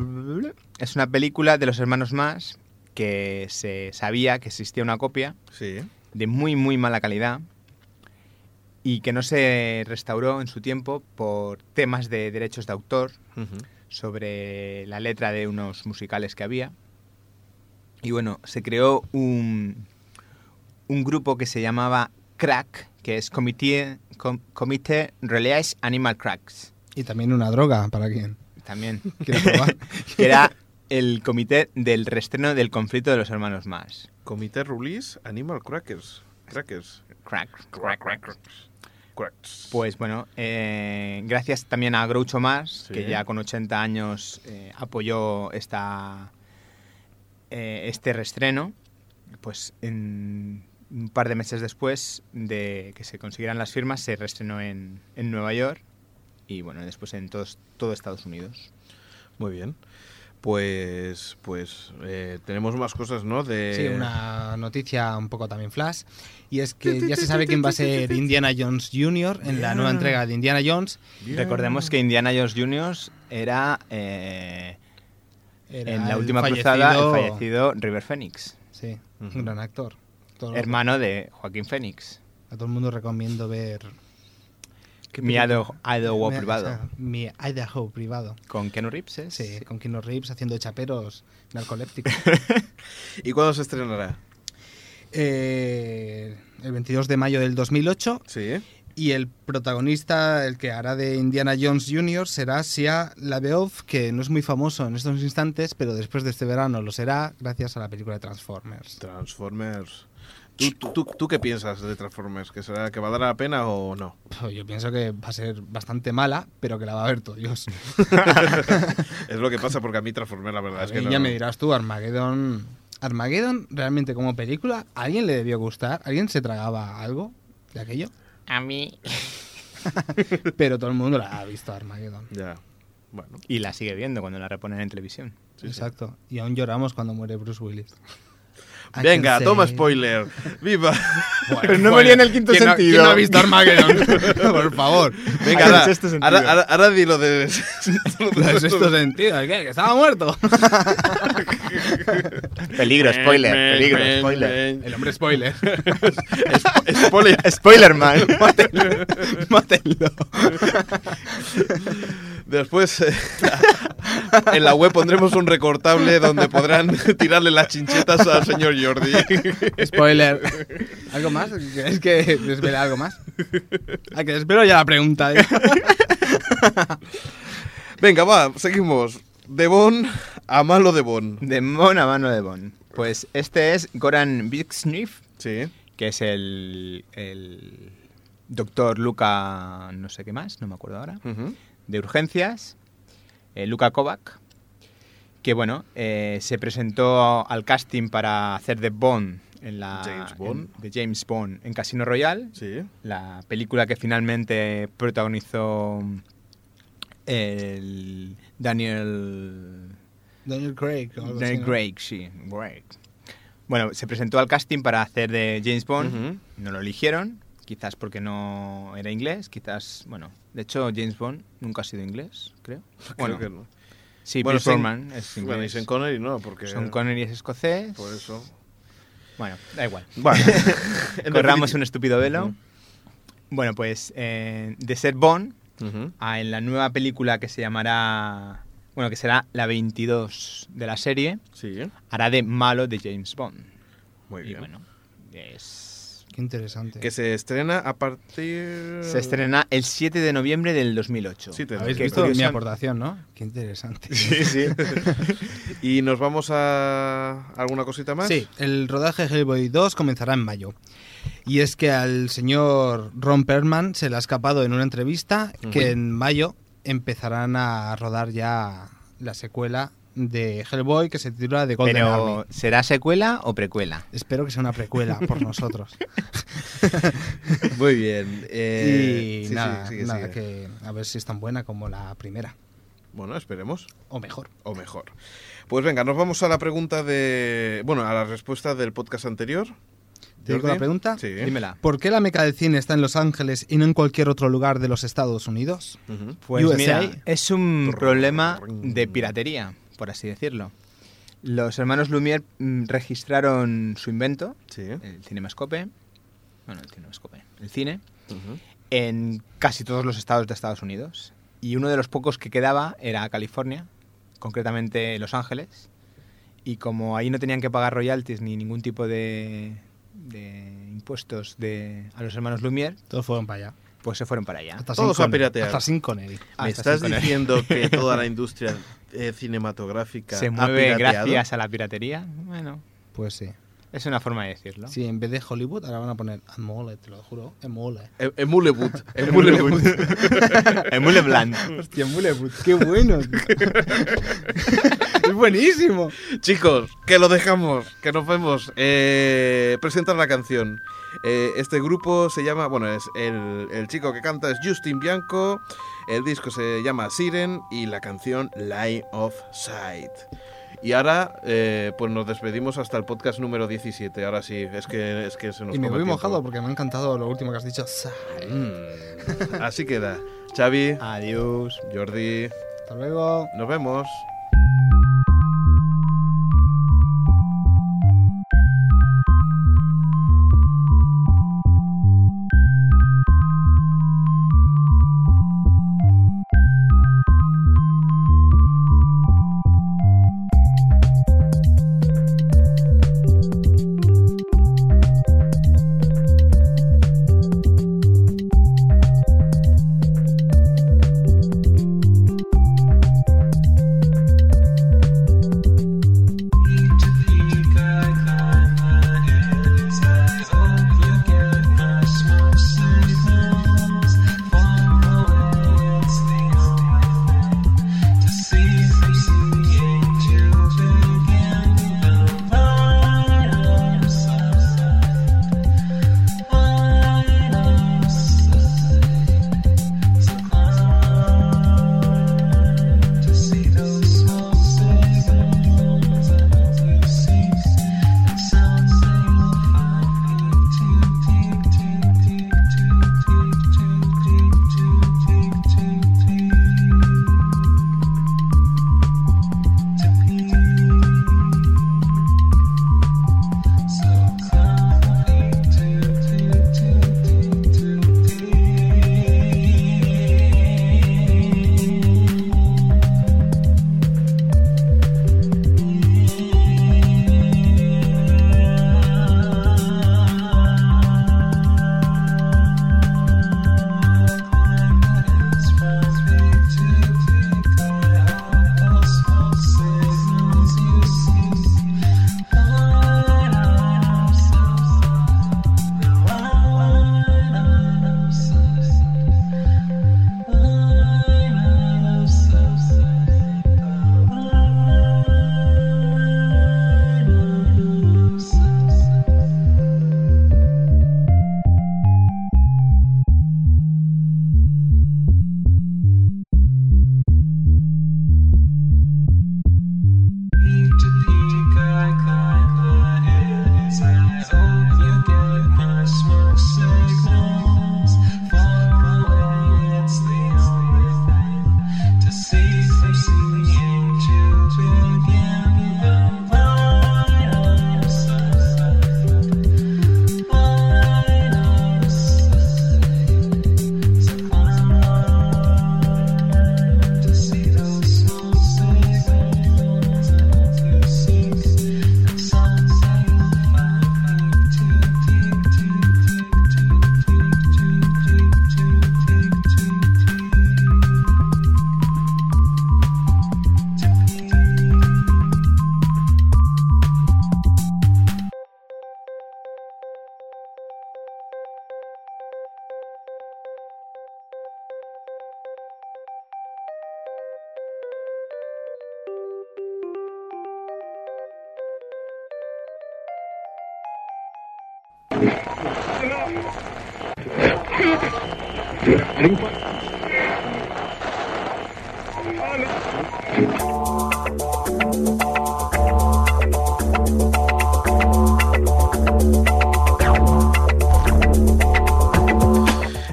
[SPEAKER 3] es una película de los hermanos Marx que se sabía que existía una copia
[SPEAKER 1] [laughs] Sí.
[SPEAKER 3] de muy, muy mala calidad y que no se restauró en su tiempo por temas de derechos de autor
[SPEAKER 1] Ujú.
[SPEAKER 3] sobre la letra de unos musicales que había. Y bueno, se creó un, un grupo que se llamaba Crack, que es Comité, Com- Comité Relays Animal Cracks,
[SPEAKER 4] Y también una droga, ¿para quién?
[SPEAKER 3] también,
[SPEAKER 4] ¿Quieres probar?
[SPEAKER 3] que era el comité del restreno del conflicto de los hermanos más.
[SPEAKER 1] Comité Rulis Animal Crackers. Crackers.
[SPEAKER 3] Crack,
[SPEAKER 1] Crack, crack. Cracks.
[SPEAKER 3] Pues bueno, eh, gracias también a Groucho Mars,
[SPEAKER 1] Sí.
[SPEAKER 3] que ya con 80 años eh, apoyó esta, eh, este restreno, pues en un par de meses después de que se consiguieran las firmas, se restrenó en, en Nueva York y bueno, después en todos, todo Estados Unidos.
[SPEAKER 1] Muy bien. Pues, pues eh, tenemos más cosas, ¿no? De...
[SPEAKER 4] Sí, una noticia un poco también flash. Y es que ya se sabe quién va a ser Indiana Jones Jr. en la nueva entrega de Indiana Jones.
[SPEAKER 1] Bien.
[SPEAKER 3] Recordemos que Indiana Jones Jr. era eh,
[SPEAKER 4] Era
[SPEAKER 3] en la
[SPEAKER 4] el
[SPEAKER 3] última cruzada el fallecido River Phoenix,
[SPEAKER 4] Sí,
[SPEAKER 1] Ujú.
[SPEAKER 4] un gran actor. Todo lo-
[SPEAKER 3] hermano de Joaquín Phoenix.
[SPEAKER 4] a todo el mundo recomiendo ver...
[SPEAKER 3] Mi Idaho, Idaho
[SPEAKER 4] Me-
[SPEAKER 3] privado.
[SPEAKER 4] o sea, mi Idaho privado.
[SPEAKER 3] Con Keanu Reeves, ¿eh?
[SPEAKER 4] Sí, con Keanu Reeves haciendo chaperos
[SPEAKER 3] [laughs]
[SPEAKER 4] narcolépticos.
[SPEAKER 1] ¿Y cuándo se estrenará?
[SPEAKER 4] Eh, el 22 de mayo del 2008
[SPEAKER 1] Sí.
[SPEAKER 4] y el protagonista, el que hará de Indiana Jones Jr., será Sia LaBeouf, que no es muy famoso en estos instantes, pero después de este verano lo será gracias a la película de Transformers.
[SPEAKER 1] Transformers. ¿Tú, tú, tú- tú qué piensas de Transformers? ¿Que, será, ¿Que valdrá la pena o [laughs] no?
[SPEAKER 4] Pf, Yo pienso que va a ser bastante mala, pero que la va a ver todo
[SPEAKER 3] [laughs]
[SPEAKER 4] Dios.
[SPEAKER 1] Es lo que pasa porque a mí Transformers la verdad
[SPEAKER 4] A
[SPEAKER 1] es que
[SPEAKER 4] ver,
[SPEAKER 1] no.
[SPEAKER 4] ya me dirás tú, Armageddon... Armageddon, realmente como película, ¿a alguien le debió gustar? ¿Alguien se tragaba algo de aquello?
[SPEAKER 5] A mí.
[SPEAKER 4] Pero todo el mundo la ha visto, Armageddon.
[SPEAKER 1] Ya. Bueno.
[SPEAKER 3] Y la sigue viendo cuando la reponen en televisión.
[SPEAKER 1] sí, sí.
[SPEAKER 4] Exacto. Y aún lloramos cuando muere Bruce Willis. I
[SPEAKER 1] Venga,
[SPEAKER 4] can
[SPEAKER 1] toma
[SPEAKER 4] say-
[SPEAKER 1] spoiler. ¡Viva!
[SPEAKER 3] Pero no me líen el quinto
[SPEAKER 4] ¿Quién no-
[SPEAKER 3] sentido.
[SPEAKER 4] quién no ha visto Armageddon? Por favor.
[SPEAKER 1] Venga,
[SPEAKER 3] Ay,
[SPEAKER 1] ahora,
[SPEAKER 3] el sexto este sentido.
[SPEAKER 1] ahora, ahora- ahora di lo de. [laughs]
[SPEAKER 4] No es Pues esto sentido, ¿qué? Que estaba muerto.
[SPEAKER 3] [laughs] Peligro, spoiler, peligro, spoiler.
[SPEAKER 4] El hombre spoiler.
[SPEAKER 1] spoiler.
[SPEAKER 3] Spoiler, [laughs] man. Mátenlo.
[SPEAKER 1] Después eh, [laughs] en la web pondremos un recortable donde podrán [laughs] tirarle las chinchetas al señor
[SPEAKER 3] [laughs]
[SPEAKER 1] Jordi.
[SPEAKER 4] [laughs] Spoiler. ¿Algo más? ¿Queréis que desvele algo más? Hay que desvelo ya la pregunta. ¿eh?
[SPEAKER 1] Venga, va, seguimos. De Bon a malo de Bon.
[SPEAKER 3] De Mon a mano de Bon. Pues este es Goran Vixnif,
[SPEAKER 1] Sí.
[SPEAKER 3] que es el, el doctor Luca, no sé qué más, no me acuerdo ahora,
[SPEAKER 1] Ujú.
[SPEAKER 3] de urgencias, eh, Luca Kovac, que bueno, eh, se presentó al casting para hacer de Bond en la
[SPEAKER 1] James Bond.
[SPEAKER 3] en- de James Bond en Casino Royale,
[SPEAKER 1] Sí.
[SPEAKER 3] la película que finalmente protagonizó el Daniel
[SPEAKER 4] Daniel Craig. o algo
[SPEAKER 3] Daniel
[SPEAKER 4] así, ¿no?
[SPEAKER 3] Craig, sí, Craig. Bueno, se presentó al casting para hacer de James Bond,
[SPEAKER 1] Ujú.
[SPEAKER 3] no lo eligieron, quizás porque no era inglés, quizás, bueno, de hecho James Bond nunca ha sido inglés, creo.
[SPEAKER 1] Bueno,
[SPEAKER 3] Bueno,
[SPEAKER 1] que no.
[SPEAKER 3] sí,
[SPEAKER 1] Bueno,
[SPEAKER 3] Pierce
[SPEAKER 1] Sean-
[SPEAKER 3] Brosnan es
[SPEAKER 1] Bueno, y
[SPEAKER 3] inglés.
[SPEAKER 1] Sean Connery no, porque.
[SPEAKER 3] Sean Connery es escocés.
[SPEAKER 1] Por eso.
[SPEAKER 3] Bueno, da igual.
[SPEAKER 1] Bueno,
[SPEAKER 3] [laughs] Corramos un estúpido velo.
[SPEAKER 1] Ujú.
[SPEAKER 3] Bueno, pues eh, de ser Bond
[SPEAKER 1] Ujú.
[SPEAKER 3] a en la nueva película que se llamará, bueno, que será la 22 de la serie,
[SPEAKER 1] Sí,
[SPEAKER 3] hará de malo de James Bond.
[SPEAKER 1] muy
[SPEAKER 3] Y
[SPEAKER 1] bien.
[SPEAKER 3] bueno, es-
[SPEAKER 4] Qué interesante.
[SPEAKER 1] Que se estrena a partir.
[SPEAKER 3] se estrena el 7 de noviembre del 2008.
[SPEAKER 1] Sí, te-
[SPEAKER 4] Habéis
[SPEAKER 1] Qué
[SPEAKER 4] visto mi
[SPEAKER 3] curioso.
[SPEAKER 4] aportación, ¿no? Qué interesante.
[SPEAKER 1] [laughs] Sí,
[SPEAKER 3] [laughs]
[SPEAKER 1] sí. ¿Y nos vamos a alguna cosita más?
[SPEAKER 4] Sí, el rodaje de Hellboy 2 comenzará en mayo. Y es que al señor Ron Perlman se le ha escapado en una entrevista
[SPEAKER 1] Ujú.
[SPEAKER 4] que en mayo empezarán a rodar ya la secuela de Hellboy que se titula The Golden Army.
[SPEAKER 3] Pero, ¿será secuela o precuela?
[SPEAKER 4] Espero que sea una precuela por nosotros.
[SPEAKER 1] Muy bien. eh,
[SPEAKER 4] y nada, nada, que a ver si es tan buena como la primera.
[SPEAKER 1] Bueno, esperemos.
[SPEAKER 4] O mejor.
[SPEAKER 1] O mejor. Pues venga, nos vamos a la pregunta de. Bueno, a la respuesta del podcast anterior.
[SPEAKER 4] ¿Te digo
[SPEAKER 1] Jordi?
[SPEAKER 4] la pregunta?
[SPEAKER 1] Sí.
[SPEAKER 3] Dímela.
[SPEAKER 4] ¿Por qué la meca del cine está en Los Ángeles y no en cualquier otro lugar de los Estados Unidos?
[SPEAKER 1] Ujú.
[SPEAKER 3] Pues
[SPEAKER 4] USA.
[SPEAKER 3] mira, es un
[SPEAKER 1] Trrr.
[SPEAKER 3] problema de piratería, por así decirlo. Los hermanos Lumière mm, registraron su invento,
[SPEAKER 1] Sí.
[SPEAKER 3] el cinemascope, bueno, el cinemascope, el cine,
[SPEAKER 1] Ujú.
[SPEAKER 3] en casi todos los estados de Estados Unidos. Y uno de los pocos que quedaba era California, concretamente Los Ángeles. Y como ahí no tenían que pagar royalties ni ningún tipo de, de impuestos de, a los hermanos Lumière,
[SPEAKER 4] Todos fueron para allá.
[SPEAKER 3] pues se fueron para allá.
[SPEAKER 4] Hasta
[SPEAKER 1] Todos a
[SPEAKER 4] sin Connery.
[SPEAKER 1] piratear. Ah,
[SPEAKER 4] Hasta sin Connery.
[SPEAKER 1] ¿Me
[SPEAKER 3] Hasta
[SPEAKER 1] estás
[SPEAKER 3] sin poner-
[SPEAKER 1] diciendo
[SPEAKER 3] [laughs]
[SPEAKER 1] que toda la industria eh, cinematográfica
[SPEAKER 3] se
[SPEAKER 1] ha
[SPEAKER 3] mueve
[SPEAKER 1] pirateado?
[SPEAKER 3] gracias a la piratería? Bueno,
[SPEAKER 4] Pues sí.
[SPEAKER 3] es una forma de decirlo.
[SPEAKER 4] Sí, en vez de Hollywood ahora van a poner Amole, te lo juro. Amole.
[SPEAKER 1] Em- Emulebut. [laughs]
[SPEAKER 3] Emulebut.
[SPEAKER 1] Emulebut.
[SPEAKER 3] Emule Blanc.
[SPEAKER 4] [laughs] Hostia, Amolebut, qué bueno. [laughs] es buenísimo.
[SPEAKER 1] Chicos, que lo dejamos, que nos vemos. Eh, presentan la canción. Eh, este grupo se llama, bueno, es el, el chico que canta es Justin Bianco, el disco se llama Siren y la canción Line of Sight. Y ahora, eh, pues nos despedimos hasta el podcast número 17. Ahora sí, es que, es que se nos
[SPEAKER 4] Y me
[SPEAKER 1] come
[SPEAKER 4] voy
[SPEAKER 1] el tiempo.
[SPEAKER 4] mojado porque me ha encantado lo último que has dicho. Sa-
[SPEAKER 1] Mm. Así queda.
[SPEAKER 4] [laughs]
[SPEAKER 1] Xavi,
[SPEAKER 4] Ah.
[SPEAKER 3] Adiós.
[SPEAKER 1] Jordi,
[SPEAKER 4] Hasta luego.
[SPEAKER 1] nos vemos.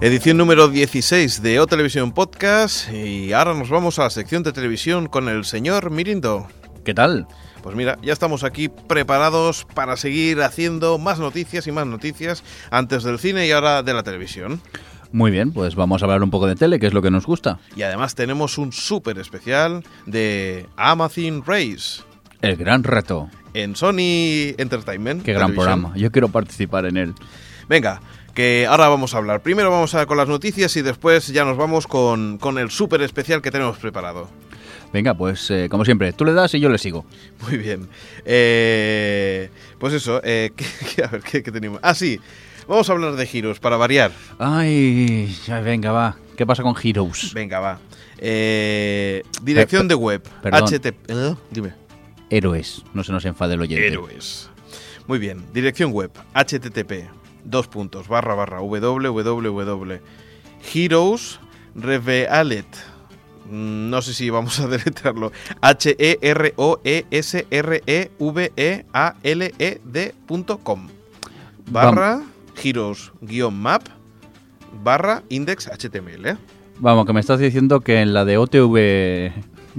[SPEAKER 1] Edición número 16 de O Televisión Podcast y ahora nos vamos a la sección de televisión con el señor Mirindo.
[SPEAKER 6] ¿Qué tal?
[SPEAKER 1] Pues mira, ya estamos aquí preparados para seguir haciendo más noticias y más noticias antes del cine y ahora de la televisión.
[SPEAKER 6] Muy bien, pues vamos a hablar un poco de tele, que es lo que nos gusta.
[SPEAKER 1] Y además tenemos un súper especial de Amazon Race
[SPEAKER 6] El gran reto.
[SPEAKER 1] en Sony Entertainment.
[SPEAKER 6] Qué gran
[SPEAKER 1] Television.
[SPEAKER 6] programa. Yo quiero participar en él.
[SPEAKER 1] Venga, que ahora vamos a hablar. Primero vamos a con las noticias y después ya nos vamos con, con el súper especial que tenemos preparado.
[SPEAKER 6] Venga, pues eh, como siempre, tú le das y yo le sigo.
[SPEAKER 1] Muy bien. Eh, pues eso, eh, [laughs] que- que- a ver, ¿qué, qué tenemos? Ah, sí. Vamos a hablar de giros, para variar.
[SPEAKER 6] Ay, ay, venga, va. ¿Qué pasa con Heroes?
[SPEAKER 1] Venga, va. Eh, dirección
[SPEAKER 6] Eh,
[SPEAKER 1] de web.
[SPEAKER 6] perdón.
[SPEAKER 1] HTTP. ¿Eh? Dime.
[SPEAKER 6] Héroes. No se nos enfade el oyente.
[SPEAKER 1] Héroes. Muy bien, dirección web http dos puntos barra barra www heroes revealed Mm, no sé si vamos a [laughs] deletrearlo h e r o e s r e v e a l e d punto com barra heroes guión map barra index html ¿eh?
[SPEAKER 6] Vamos, que me estás diciendo que en la de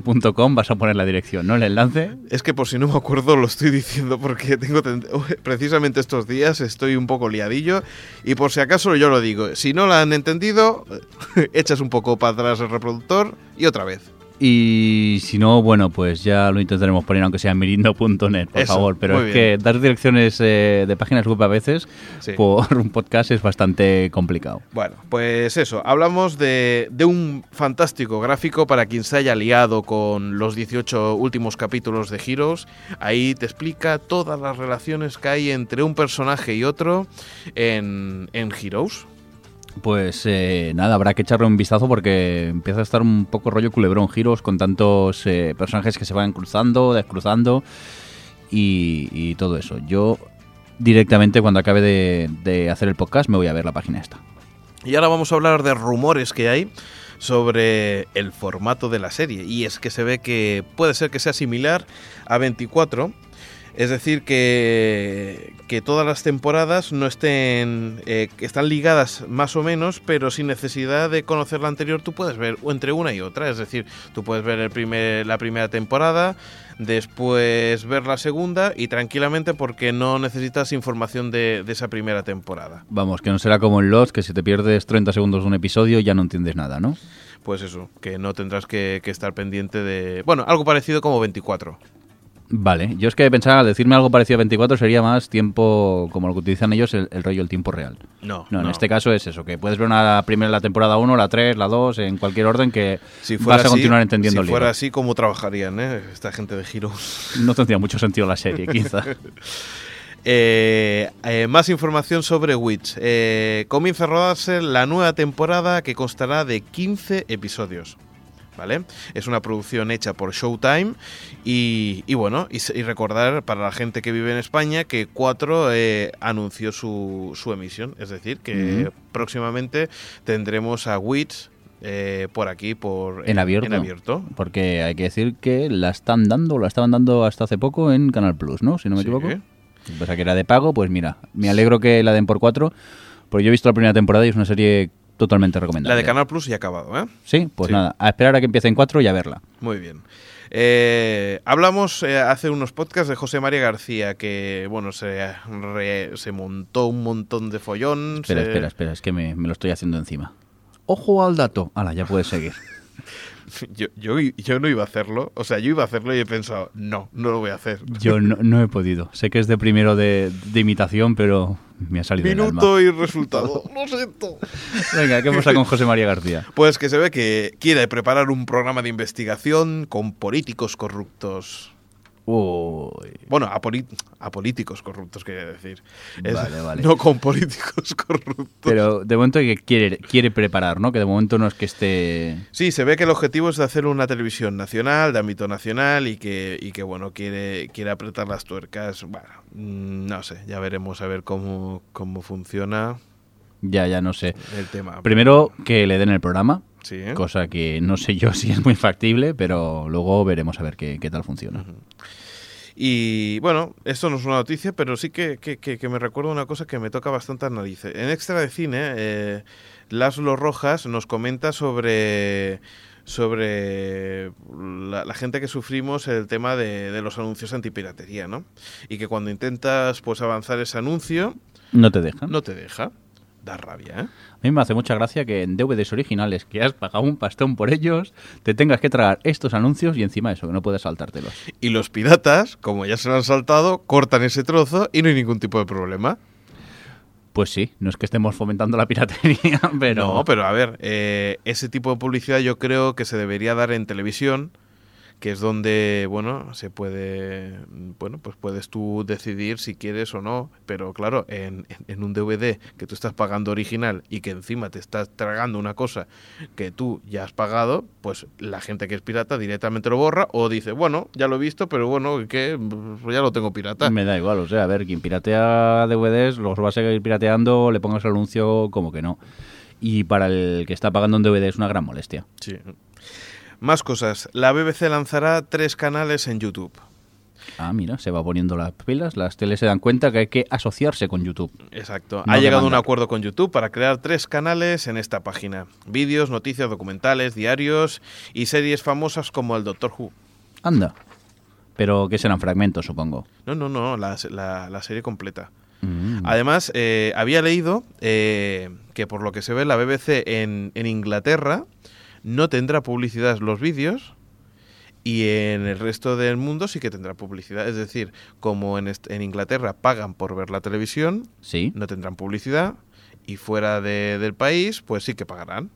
[SPEAKER 6] otv.com vas a poner la dirección, ¿no? El enlace.
[SPEAKER 1] Es que por si no me acuerdo lo estoy diciendo porque tengo ten- precisamente estos días estoy un poco liadillo y por si acaso yo lo digo. Si no la han entendido, [laughs] echas un poco para atrás el reproductor y otra vez.
[SPEAKER 6] Y si no, bueno, pues ya lo intentaremos poner, aunque sea en mirindo.net, por
[SPEAKER 1] Eso,
[SPEAKER 6] favor. Pero
[SPEAKER 1] muy
[SPEAKER 6] es
[SPEAKER 1] bien.
[SPEAKER 6] que dar direcciones eh, de páginas web a veces
[SPEAKER 1] Sí.
[SPEAKER 6] por un podcast es bastante complicado.
[SPEAKER 1] Bueno, pues eso, hablamos de, de un fantástico gráfico para quien se haya liado con los 18 últimos capítulos de Heroes. Ahí te explica todas las relaciones que hay entre un personaje y otro en, en Heroes.
[SPEAKER 6] Pues eh, nada, habrá que echarle un vistazo porque empieza a estar un poco rollo culebrón giros con tantos eh, personajes que se van cruzando, descruzando y, y todo eso. Yo directamente cuando acabe de, de hacer el podcast me voy a ver la página esta.
[SPEAKER 1] Y ahora vamos a hablar de rumores que hay sobre el formato de la serie. Y es que se ve que puede ser que sea similar a 24. Es decir, que, que todas las temporadas no estén. eh, que están ligadas más o menos, pero sin necesidad de conocer la anterior, tú puedes ver o entre una y otra. Es decir, tú puedes ver el primer, la primera temporada, después ver la segunda y tranquilamente porque no necesitas información de- de esa primera temporada.
[SPEAKER 6] Vamos, que no será como en Lost, que si te pierdes 30 segundos de un episodio ya no entiendes nada, ¿no?
[SPEAKER 1] Pues eso, que no tendrás que, que estar pendiente de... Bueno, algo parecido como 24.
[SPEAKER 6] Vale, yo es que pensaba decirme algo parecido a 24 sería más tiempo, como lo que utilizan ellos, el, el rollo el tiempo real.
[SPEAKER 1] No,
[SPEAKER 6] No, en este caso es eso, que puedes ver una primera la temporada 1, la 3, la 2, en cualquier orden que
[SPEAKER 1] si fuera
[SPEAKER 6] vas a
[SPEAKER 1] así-
[SPEAKER 6] continuar entendiendo el
[SPEAKER 1] Si fuera
[SPEAKER 6] libro.
[SPEAKER 1] así, ¿cómo trabajarían eh, esta gente de Heroes?
[SPEAKER 6] No tendría mucho sentido la serie, quizá.
[SPEAKER 1] Eh, eh, más información sobre Witch. Eh, comienza a rodarse la nueva temporada que constará de 15 episodios. ¿Vale? Es una producción hecha por Showtime y, y bueno, y, se- y recordar para la gente que vive en España que 4 eh, anunció su, su emisión, es decir, que
[SPEAKER 6] Ujú.
[SPEAKER 1] próximamente tendremos a Witch eh, por aquí, por
[SPEAKER 6] En abierto. [laughs] Porque hay que decir que la están dando, la estaban dando hasta hace poco en Canal Plus, ¿no? Si no me
[SPEAKER 1] Sí.
[SPEAKER 6] equivoco. O sea, que era de pago, pues mira, me alegro que la den por 4, porque yo he visto la primera temporada y es una serie totalmente recomendable.
[SPEAKER 1] La de Canal Plus ya ha acabado, ¿eh?
[SPEAKER 6] Sí, pues
[SPEAKER 1] Sí.
[SPEAKER 6] nada, a esperar a que empiece en 4 y a verla.
[SPEAKER 1] Muy bien. Eh, hablamos eh, hace unos podcasts de José María García, que bueno, se, re- se montó un montón de eh, follón.
[SPEAKER 6] Espera,
[SPEAKER 1] se-
[SPEAKER 6] espera, espera, es que me, me lo estoy haciendo encima. Ojo al dato. Hala, ya puedes seguir.
[SPEAKER 1] [laughs] Yo, yo, yo no iba a hacerlo, o sea, yo iba a hacerlo y he pensado, no, no lo voy a hacer.
[SPEAKER 6] [laughs] Yo no, no he podido. Sé que es de primero de, de imitación, pero me ha salido del alma.
[SPEAKER 1] Minuto y resultado. [laughs] lo siento.
[SPEAKER 6] Venga, ¿qué pasa con José María García?
[SPEAKER 1] Pues que se ve que quiere preparar un programa de investigación con políticos corruptos.
[SPEAKER 6] Uy.
[SPEAKER 1] Bueno, a, poli- a políticos corruptos, quería decir. Es-
[SPEAKER 6] Vale, vale.
[SPEAKER 1] No con políticos [laughs] corruptos.
[SPEAKER 6] Pero de momento que quiere, quiere preparar, ¿no? Que de momento no es que esté...
[SPEAKER 1] Sí, se ve que el objetivo es de hacer una televisión nacional, de ámbito nacional, y que, y que bueno, quiere, quiere apretar las tuercas. Bueno, mm, no sé, ya veremos a ver cómo, cómo funciona
[SPEAKER 6] Ya, ya no sé.
[SPEAKER 1] el tema.
[SPEAKER 6] Primero que le den el programa,
[SPEAKER 1] Sí, ¿eh?
[SPEAKER 6] cosa que no sé yo [laughs] si es muy factible, pero luego veremos a ver qué, qué tal funciona.
[SPEAKER 1] Y bueno, esto no es una noticia, pero sí que, que- que- que me recuerda una cosa que me toca bastante las narices. En Extra de Cine, eh, Laszlo Rojas nos comenta sobre sobre la, la gente que sufrimos el tema de, de los anuncios antipiratería, ¿no? Y que cuando intentas pues avanzar ese anuncio,
[SPEAKER 6] No te dejan.
[SPEAKER 1] no te deja. Da rabia, ¿eh?
[SPEAKER 6] A mí me hace mucha gracia que en DVDs originales que has pagado un pastón por ellos, te tengas que tragar estos anuncios y encima eso, que no puedes saltártelos.
[SPEAKER 1] Y los piratas, como ya se lo han saltado, cortan ese trozo y no hay ningún tipo de problema.
[SPEAKER 6] Pues sí, no es que estemos fomentando la piratería, [laughs] pero...
[SPEAKER 1] No, pero a ver, eh, ese tipo de publicidad yo creo que se debería dar en televisión, que es donde, bueno, se puede, mm, bueno, pues puedes tú decidir si quieres o no, pero claro, en, en- en un DVD que tú estás pagando original y que encima te estás tragando una cosa que tú ya has pagado, pues la gente que es pirata directamente lo borra o dice, bueno, ya lo he visto, pero bueno, que pues ya lo tengo pirata.
[SPEAKER 6] Me da igual, o sea, a ver, quien piratea DVDs los va a seguir pirateando, le pongas el anuncio como que no. Y para el que está pagando un DVD es una gran molestia.
[SPEAKER 1] Sí. Más cosas. La BBC lanzará tres canales en YouTube.
[SPEAKER 6] Ah, mira, se va poniendo las pilas, las teles se dan cuenta que hay que asociarse con YouTube.
[SPEAKER 1] Exacto.
[SPEAKER 6] No
[SPEAKER 1] ha llegado a un
[SPEAKER 6] demandar.
[SPEAKER 1] acuerdo con YouTube para crear tres canales en esta página. Vídeos, noticias, documentales, diarios y series famosas como el Doctor Who.
[SPEAKER 6] Anda. Pero que serán fragmentos, supongo.
[SPEAKER 1] No, no, no, la, se- la- la serie completa.
[SPEAKER 6] Mm.
[SPEAKER 1] Además, eh, había leído eh, que por lo que se ve la BBC en, en Inglaterra no tendrá publicidad los vídeos y en el resto del mundo sí que tendrá publicidad. Es decir, como en, est- en Inglaterra pagan por ver la televisión,
[SPEAKER 6] Sí.
[SPEAKER 1] no tendrán publicidad y fuera de- del país, pues sí que pagarán.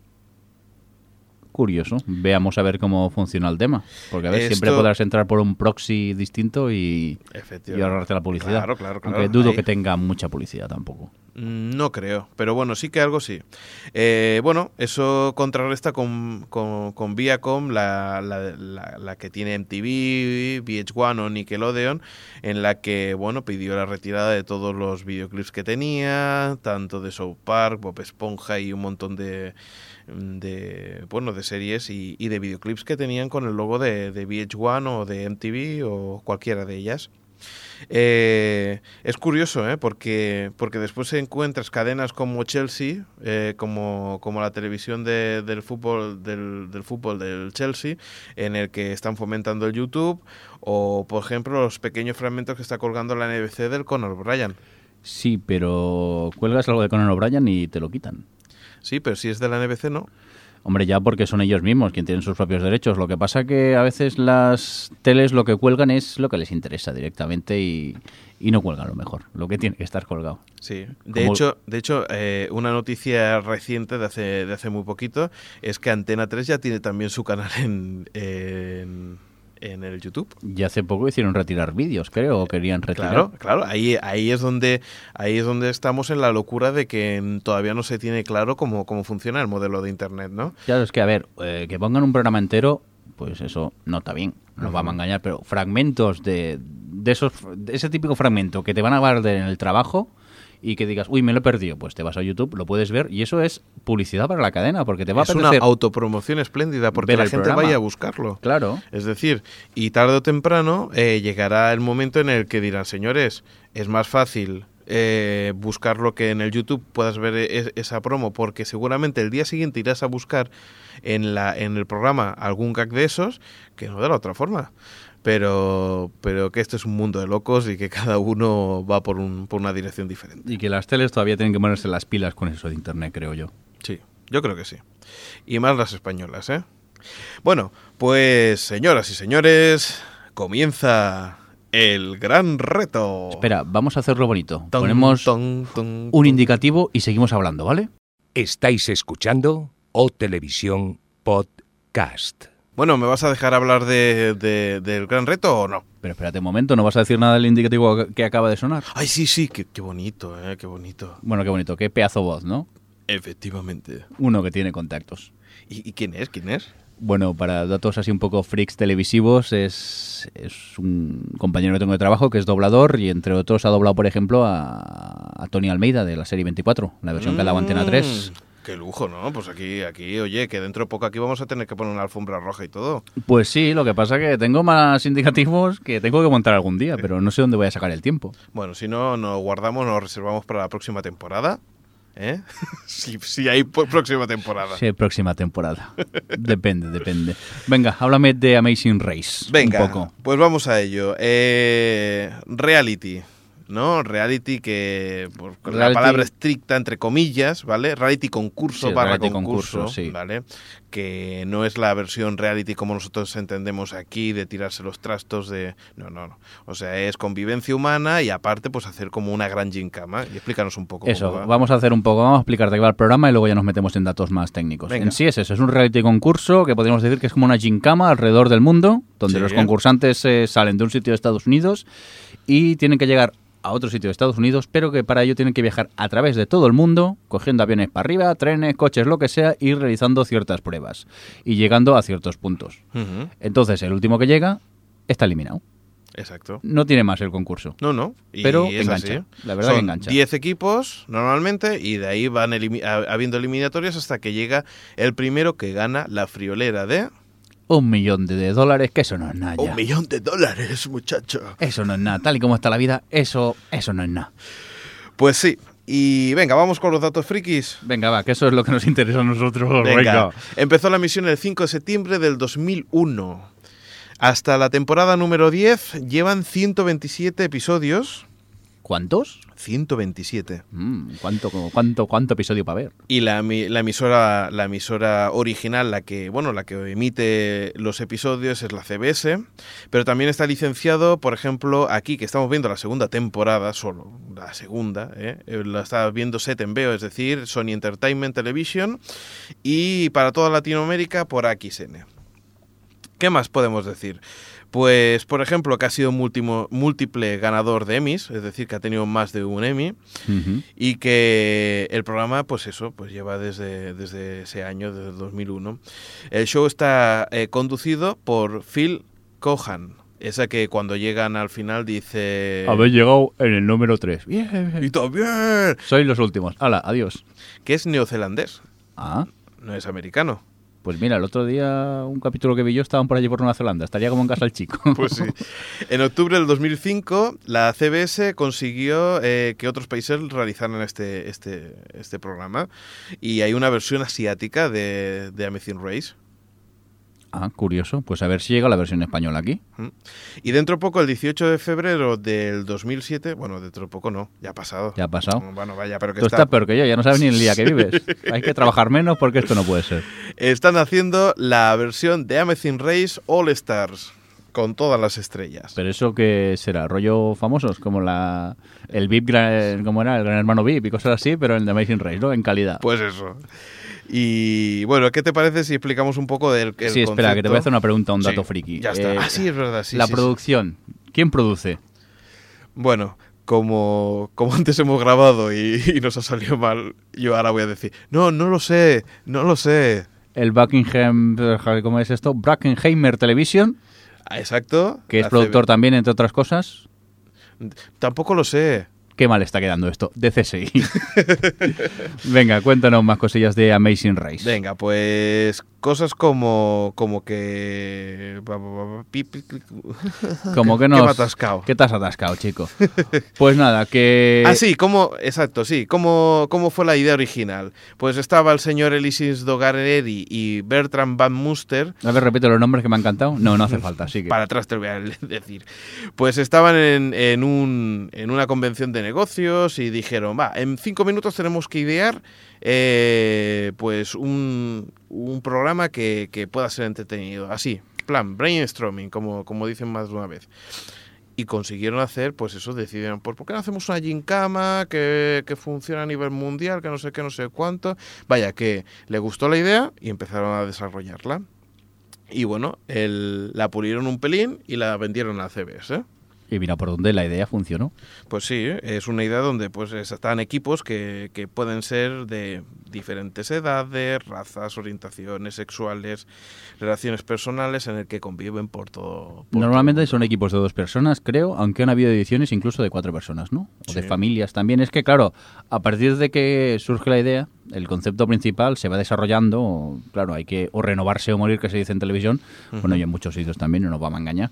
[SPEAKER 6] Curioso. Veamos a ver cómo funciona el tema. Porque a ver, siempre
[SPEAKER 1] Esto-
[SPEAKER 6] podrás entrar por un proxy distinto y, y
[SPEAKER 1] Efectivamente.
[SPEAKER 6] ahorrarte la publicidad.
[SPEAKER 1] Claro, claro, claro.
[SPEAKER 6] Aunque dudo
[SPEAKER 1] Ahí.
[SPEAKER 6] que tenga mucha publicidad tampoco.
[SPEAKER 1] Mm, No creo, pero bueno, sí que algo sí. Eh, bueno, eso contrarresta con, con, con Viacom, la, la- la- la que tiene MTV, VH1 o Nickelodeon, en la que, bueno, pidió la retirada de todos los videoclips que tenía, tanto de South Park, Bob Esponja y un montón de, de bueno, de series y, y de videoclips que tenían con el logo de, de VH1 o de MTV o cualquiera de ellas. Eh, es curioso, ¿eh? porque, porque después encuentras cadenas como Chelsea, eh, como, como la televisión de- del, fútbol, del, del fútbol del Chelsea, en el que están fomentando el YouTube, o por ejemplo los pequeños fragmentos que está colgando la NBC del Conor Bryan.
[SPEAKER 6] Sí, pero cuelgas algo de Conan O'Brien y te lo quitan.
[SPEAKER 1] Sí, pero si es de la NBC, no.
[SPEAKER 6] Hombre, ya porque son ellos mismos quienes tienen sus propios derechos. Lo que pasa que a veces las teles lo que cuelgan es lo que les interesa directamente y, y no cuelgan lo mejor, lo que tiene que estar colgado.
[SPEAKER 1] Sí, de
[SPEAKER 6] Como-
[SPEAKER 1] hecho, de hecho eh, una noticia reciente de hace, de hace muy poquito es que Antena 3 ya tiene también su canal en, en, en el YouTube.
[SPEAKER 6] Y hace poco hicieron retirar vídeos, creo, o querían retirar.
[SPEAKER 1] Claro, claro, ahí, ahí es donde ahí es donde estamos en la locura de que mm, todavía no se tiene claro cómo, cómo funciona el modelo de internet, ¿no?
[SPEAKER 6] Claro, es que, a ver, eh, que pongan un programa entero, pues eso no está bien, nos vamos a engañar, pero fragmentos de, de esos, de ese típico fragmento que te van a guardar en el trabajo y que digas, uy, me lo he perdido, pues te vas a YouTube, lo puedes ver y eso es publicidad para la cadena, porque te va
[SPEAKER 1] Es
[SPEAKER 6] a
[SPEAKER 1] una
[SPEAKER 6] apetecer.
[SPEAKER 1] autopromoción espléndida porque
[SPEAKER 6] ver
[SPEAKER 1] la
[SPEAKER 6] el
[SPEAKER 1] gente
[SPEAKER 6] programa.
[SPEAKER 1] vaya a buscarlo.
[SPEAKER 6] Claro.
[SPEAKER 1] Es decir, y tarde o temprano eh, llegará el momento en el que dirán, señores, es más fácil eh, buscar lo que en el YouTube puedas ver e- esa promo, porque seguramente el día siguiente irás a buscar en, la, en el programa algún gag de esos que no de la otra forma. Pero, pero que esto es un mundo de locos y que cada uno va por, un, por una dirección diferente.
[SPEAKER 6] Y que las teles todavía tienen que ponerse las pilas con eso de internet, creo yo.
[SPEAKER 1] Sí, yo creo que sí. Y más las españolas, ¿eh? Bueno, pues señoras y señores, comienza el gran reto.
[SPEAKER 6] Oh. Espera, vamos a hacerlo bonito.
[SPEAKER 1] Ton,
[SPEAKER 6] Ponemos
[SPEAKER 1] ton, ton,
[SPEAKER 6] un
[SPEAKER 1] ton.
[SPEAKER 6] indicativo y seguimos hablando, ¿vale?
[SPEAKER 7] Estáis escuchando O Televisión Podcast.
[SPEAKER 1] Bueno, ¿me vas a dejar hablar de, de- del gran reto o no?
[SPEAKER 6] Pero espérate un momento, ¿no vas a decir nada del indicativo que acaba de sonar?
[SPEAKER 1] Ay, sí, sí, qué, qué bonito, eh, qué bonito.
[SPEAKER 6] Bueno, qué bonito, qué pedazo voz, ¿no?
[SPEAKER 1] Efectivamente.
[SPEAKER 6] Uno que tiene contactos.
[SPEAKER 1] ¿Y, y quién es? ¿Quién es?
[SPEAKER 6] Bueno, para datos así un poco freaks televisivos, es, es un compañero que tengo de trabajo que es doblador y entre otros ha doblado, por ejemplo, a, a Tony Almeida de la serie 24, la versión que daba Antena 3.
[SPEAKER 1] Mm, Qué lujo, ¿no? Pues aquí, aquí, oye, que dentro de poco aquí vamos a tener que poner una alfombra roja y todo.
[SPEAKER 6] Pues sí, lo que pasa que tengo más indicativos que tengo que montar algún día, pero no sé dónde voy a sacar el tiempo.
[SPEAKER 1] Bueno, si no, nos guardamos, nos reservamos para la próxima temporada. ¿Eh? [laughs] si, si hay po- próxima temporada.
[SPEAKER 6] Sí, próxima temporada. Depende, depende. Venga, háblame de Amazing Race.
[SPEAKER 1] Venga,
[SPEAKER 6] Un poco.
[SPEAKER 1] pues vamos a ello. Eh, reality, ¿no? Reality que, por con la
[SPEAKER 6] Reality-
[SPEAKER 1] palabra estricta, entre comillas, ¿vale? Reality concurso
[SPEAKER 6] Sí,
[SPEAKER 1] barra
[SPEAKER 6] reality
[SPEAKER 1] concurso,
[SPEAKER 6] concurso, sí.
[SPEAKER 1] ¿vale? Que no es la versión reality como nosotros entendemos aquí, de tirarse los trastos, de... No, no, no. O sea, es convivencia humana y aparte, pues hacer como una gran gincama. Y explícanos un poco.
[SPEAKER 6] Eso,
[SPEAKER 1] cómo va.
[SPEAKER 6] vamos a hacer un poco, vamos a explicarte qué va el programa y luego ya nos metemos en datos más técnicos.
[SPEAKER 1] Venga.
[SPEAKER 6] En sí es eso, es un reality concurso que podríamos decir que es como una gincama alrededor del mundo, donde
[SPEAKER 1] Sí.
[SPEAKER 6] los concursantes eh, salen de un sitio de Estados Unidos y tienen que llegar a otro sitio de Estados Unidos, pero que para ello tienen que viajar a través de todo el mundo, cogiendo aviones para arriba, trenes, coches, lo que sea, y realizando ciertas pruebas y llegando a ciertos puntos.
[SPEAKER 1] Ujú,
[SPEAKER 6] Entonces, el último que llega está eliminado.
[SPEAKER 1] exacto.
[SPEAKER 6] No tiene más el concurso.
[SPEAKER 1] No, no. Y
[SPEAKER 6] Pero
[SPEAKER 1] es
[SPEAKER 6] engancha.
[SPEAKER 1] así. ¿eh?
[SPEAKER 6] La verdad
[SPEAKER 1] Son
[SPEAKER 6] que engancha.
[SPEAKER 1] 10 equipos normalmente y de ahí van elimi- ha- habiendo eliminatorias hasta que llega el primero que gana la friolera de
[SPEAKER 6] Un millón de dólares, que eso no es nada. ya.
[SPEAKER 1] un millón de dólares, muchacho.
[SPEAKER 6] Eso no es nada. Tal y como está la vida, eso, eso no es nada.
[SPEAKER 1] Pues sí. Y venga, vamos con los datos frikis.
[SPEAKER 6] Venga, va, que eso es lo que nos interesa a nosotros. Pues Venga.
[SPEAKER 1] Venga. Empezó la misión el 5 de septiembre del 2001. Hasta la temporada número 10 llevan 127 episodios.
[SPEAKER 6] ¿Cuántos?
[SPEAKER 1] 127.
[SPEAKER 6] Mm, ¿cuánto, cuánto, ¿Cuánto episodio para ver?
[SPEAKER 1] Y la, emi- la emisora, la emisora original, la que, bueno, la que emite los episodios es la CBS, pero también está licenciado, por ejemplo, aquí que estamos viendo la segunda temporada, solo la segunda, ¿eh? Eh, la está viendo Set en Veo, es decir, Sony Entertainment Television, y para toda Latinoamérica por AXN. ¿Qué más podemos decir? Pues, por ejemplo, que ha sido múltimo- múltiple ganador de Emmys, es decir, que ha tenido más de un Emmy y que el programa, pues eso, pues lleva desde, desde ese año, desde el 2001. El show está eh, conducido por Phil Cohan, esa que cuando llegan al final dice...
[SPEAKER 6] Eh. llegado en el número 3.
[SPEAKER 1] Y también,
[SPEAKER 6] Sois los últimos. Hala, adiós.
[SPEAKER 1] que es neozelandés,
[SPEAKER 6] Ah,
[SPEAKER 1] no es americano.
[SPEAKER 6] pues mira, el otro día un capítulo que vi yo estaban por allí por Nueva Zelanda. Estaría como en casa el chico.
[SPEAKER 1] Pues sí. [laughs] En octubre del 2005, la CBS consiguió eh, que otros países realizaran este, este, este programa. Y hay una versión asiática de, de Amazing Race.
[SPEAKER 6] [laughs] ah, curioso. Pues a ver si llega la versión española aquí.
[SPEAKER 1] Y dentro de poco, el 18 de febrero del 2007, bueno, dentro de poco no, ya ha pasado.
[SPEAKER 6] Ya ha pasado.
[SPEAKER 1] Bueno, vaya, pero que
[SPEAKER 6] Tú
[SPEAKER 1] está-
[SPEAKER 6] estás peor que yo, ya no sabes ni el día
[SPEAKER 1] [laughs]
[SPEAKER 6] que vives. Hay que trabajar menos porque esto no puede ser.
[SPEAKER 1] están haciendo la versión de Amazing Race All Stars con todas las estrellas.
[SPEAKER 6] Pero eso que será, rollo famosos, como la el VIP, gran- como era, el gran hermano VIP y cosas así, pero en The Amazing Race, ¿no? En calidad.
[SPEAKER 1] Pues eso. Y bueno, ¿qué te parece si explicamos un poco del el
[SPEAKER 6] sí, espera, que te voy a hacer una pregunta, un
[SPEAKER 1] Sí,
[SPEAKER 6] dato friki.
[SPEAKER 1] Ya está.
[SPEAKER 6] Eh,
[SPEAKER 1] ah, sí, es verdad. sí,
[SPEAKER 6] la
[SPEAKER 1] sí, sí.
[SPEAKER 6] producción, ¿quién produce?
[SPEAKER 1] Bueno, como, como antes hemos grabado y, y nos ha salido mal, yo ahora voy a decir, no, no lo sé, no lo sé.
[SPEAKER 6] El Buckingham, ¿cómo es esto? Brackenheimer Television,
[SPEAKER 1] Ah, Exacto.
[SPEAKER 6] que es
[SPEAKER 1] la
[SPEAKER 6] productor
[SPEAKER 1] CB.
[SPEAKER 6] también, entre otras cosas.
[SPEAKER 1] Tampoco lo sé.
[SPEAKER 6] Qué mal está quedando esto, de CSI.
[SPEAKER 1] [laughs]
[SPEAKER 6] Venga, cuéntanos más cosillas de Amazing Race.
[SPEAKER 1] Venga, pues cosas como como que ba, ba, ba, pi, pi, cli, cu.
[SPEAKER 6] Como que
[SPEAKER 1] ¿Qué
[SPEAKER 6] nos...
[SPEAKER 1] me ha atascado?
[SPEAKER 6] ¿Qué te has atascado, chico? Pues
[SPEAKER 1] [laughs]
[SPEAKER 6] nada, que...
[SPEAKER 1] Ah, sí, cómo, exacto, sí. ¿Cómo, ¿Cómo fue la idea original? Pues estaba el señor Elisis Dogareri y Bertrand Van Muster
[SPEAKER 6] A ver, repito los nombres que me han cantado. No, no hace falta, sigue.
[SPEAKER 1] Para atrás te lo voy a [laughs] decir. Pues estaban en, en un- en una convención de negocios y dijeron, va, en cinco minutos tenemos que idear eh, pues un, un programa que, que pueda ser entretenido. Así, plan, brainstorming, como, como dicen más de una vez. Y consiguieron hacer, pues eso, decidieron, pues ¿por qué no hacemos una gincama que, que funciona a nivel mundial, que no sé qué, no sé cuánto? Vaya, que le gustó la idea y empezaron a desarrollarla. Y bueno, el- la pulieron un pelín y la vendieron a CBS.
[SPEAKER 6] Y mira por dónde la idea funcionó.
[SPEAKER 1] ¿eh? Pues sí, es una idea donde pues están equipos que, que pueden ser de diferentes edades, razas, orientaciones sexuales, relaciones personales en el que conviven por todo. por
[SPEAKER 6] Normalmente son equipos de dos personas, creo, aunque han habido ediciones incluso de cuatro personas, ¿no? O de
[SPEAKER 1] Sí.
[SPEAKER 6] familias también. Es que, claro, a partir de que surge la idea, el concepto principal se va desarrollando. o, claro, hay que o renovarse o morir, que se dice en televisión. Bueno, y en muchos sitios también, no nos vamos a engañar.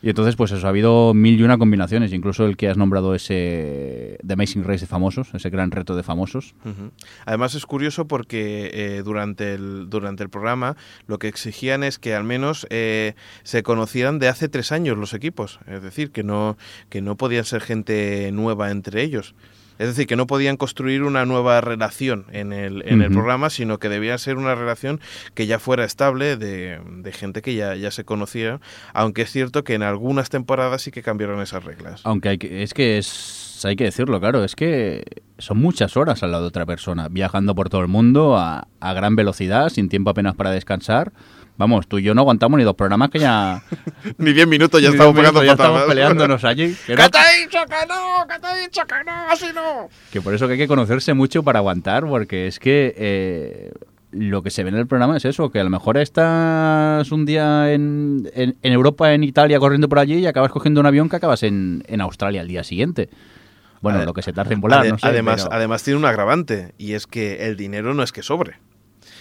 [SPEAKER 6] Y entonces, pues eso, ha habido mil y una combinaciones. Incluso el que has nombrado ese The Amazing Race de famosos, ese gran reto de famosos.
[SPEAKER 1] Ujú. Además es curioso porque eh, durante, el, durante el programa lo que exigían es que al menos eh, se conocieran de hace tres años los equipos, es decir, que no, que no podían ser gente nueva entre ellos. Es decir, que no podían construir una nueva relación en el, en el
[SPEAKER 6] Ujú.
[SPEAKER 1] programa, sino que debía ser una relación que ya fuera estable de, de gente que ya, ya se conocía, aunque es cierto que en algunas temporadas sí que cambiaron esas reglas.
[SPEAKER 6] Aunque hay que, es que es, hay que decirlo, claro, es que son muchas horas al lado de otra persona, viajando por todo el mundo a, a gran velocidad, sin tiempo apenas para descansar. Vamos, tú y yo no aguantamos ni dos programas que ya,
[SPEAKER 1] [laughs] Ni 10 minutos ya
[SPEAKER 6] ni
[SPEAKER 1] estamos
[SPEAKER 6] dos minutos
[SPEAKER 1] pegando
[SPEAKER 6] ya estamos
[SPEAKER 1] patadas.
[SPEAKER 6] peleándonos allí. Que, no-
[SPEAKER 5] ¿Qué te he dicho que no? ¿Qué te he dicho que no? Así no.
[SPEAKER 6] que por eso que hay que conocerse mucho para aguantar, porque es que eh, lo que se ve en el programa es eso, que a lo mejor estás un día en, en- en Europa, en Italia, corriendo por allí y acabas cogiendo un avión que acabas en, en Australia al día siguiente. Bueno,
[SPEAKER 1] Ade-
[SPEAKER 6] lo que se tarda en volar,
[SPEAKER 1] Ade-
[SPEAKER 6] no sé,
[SPEAKER 1] además,
[SPEAKER 6] pero-
[SPEAKER 1] además tiene un agravante y es que el dinero no es que sobre.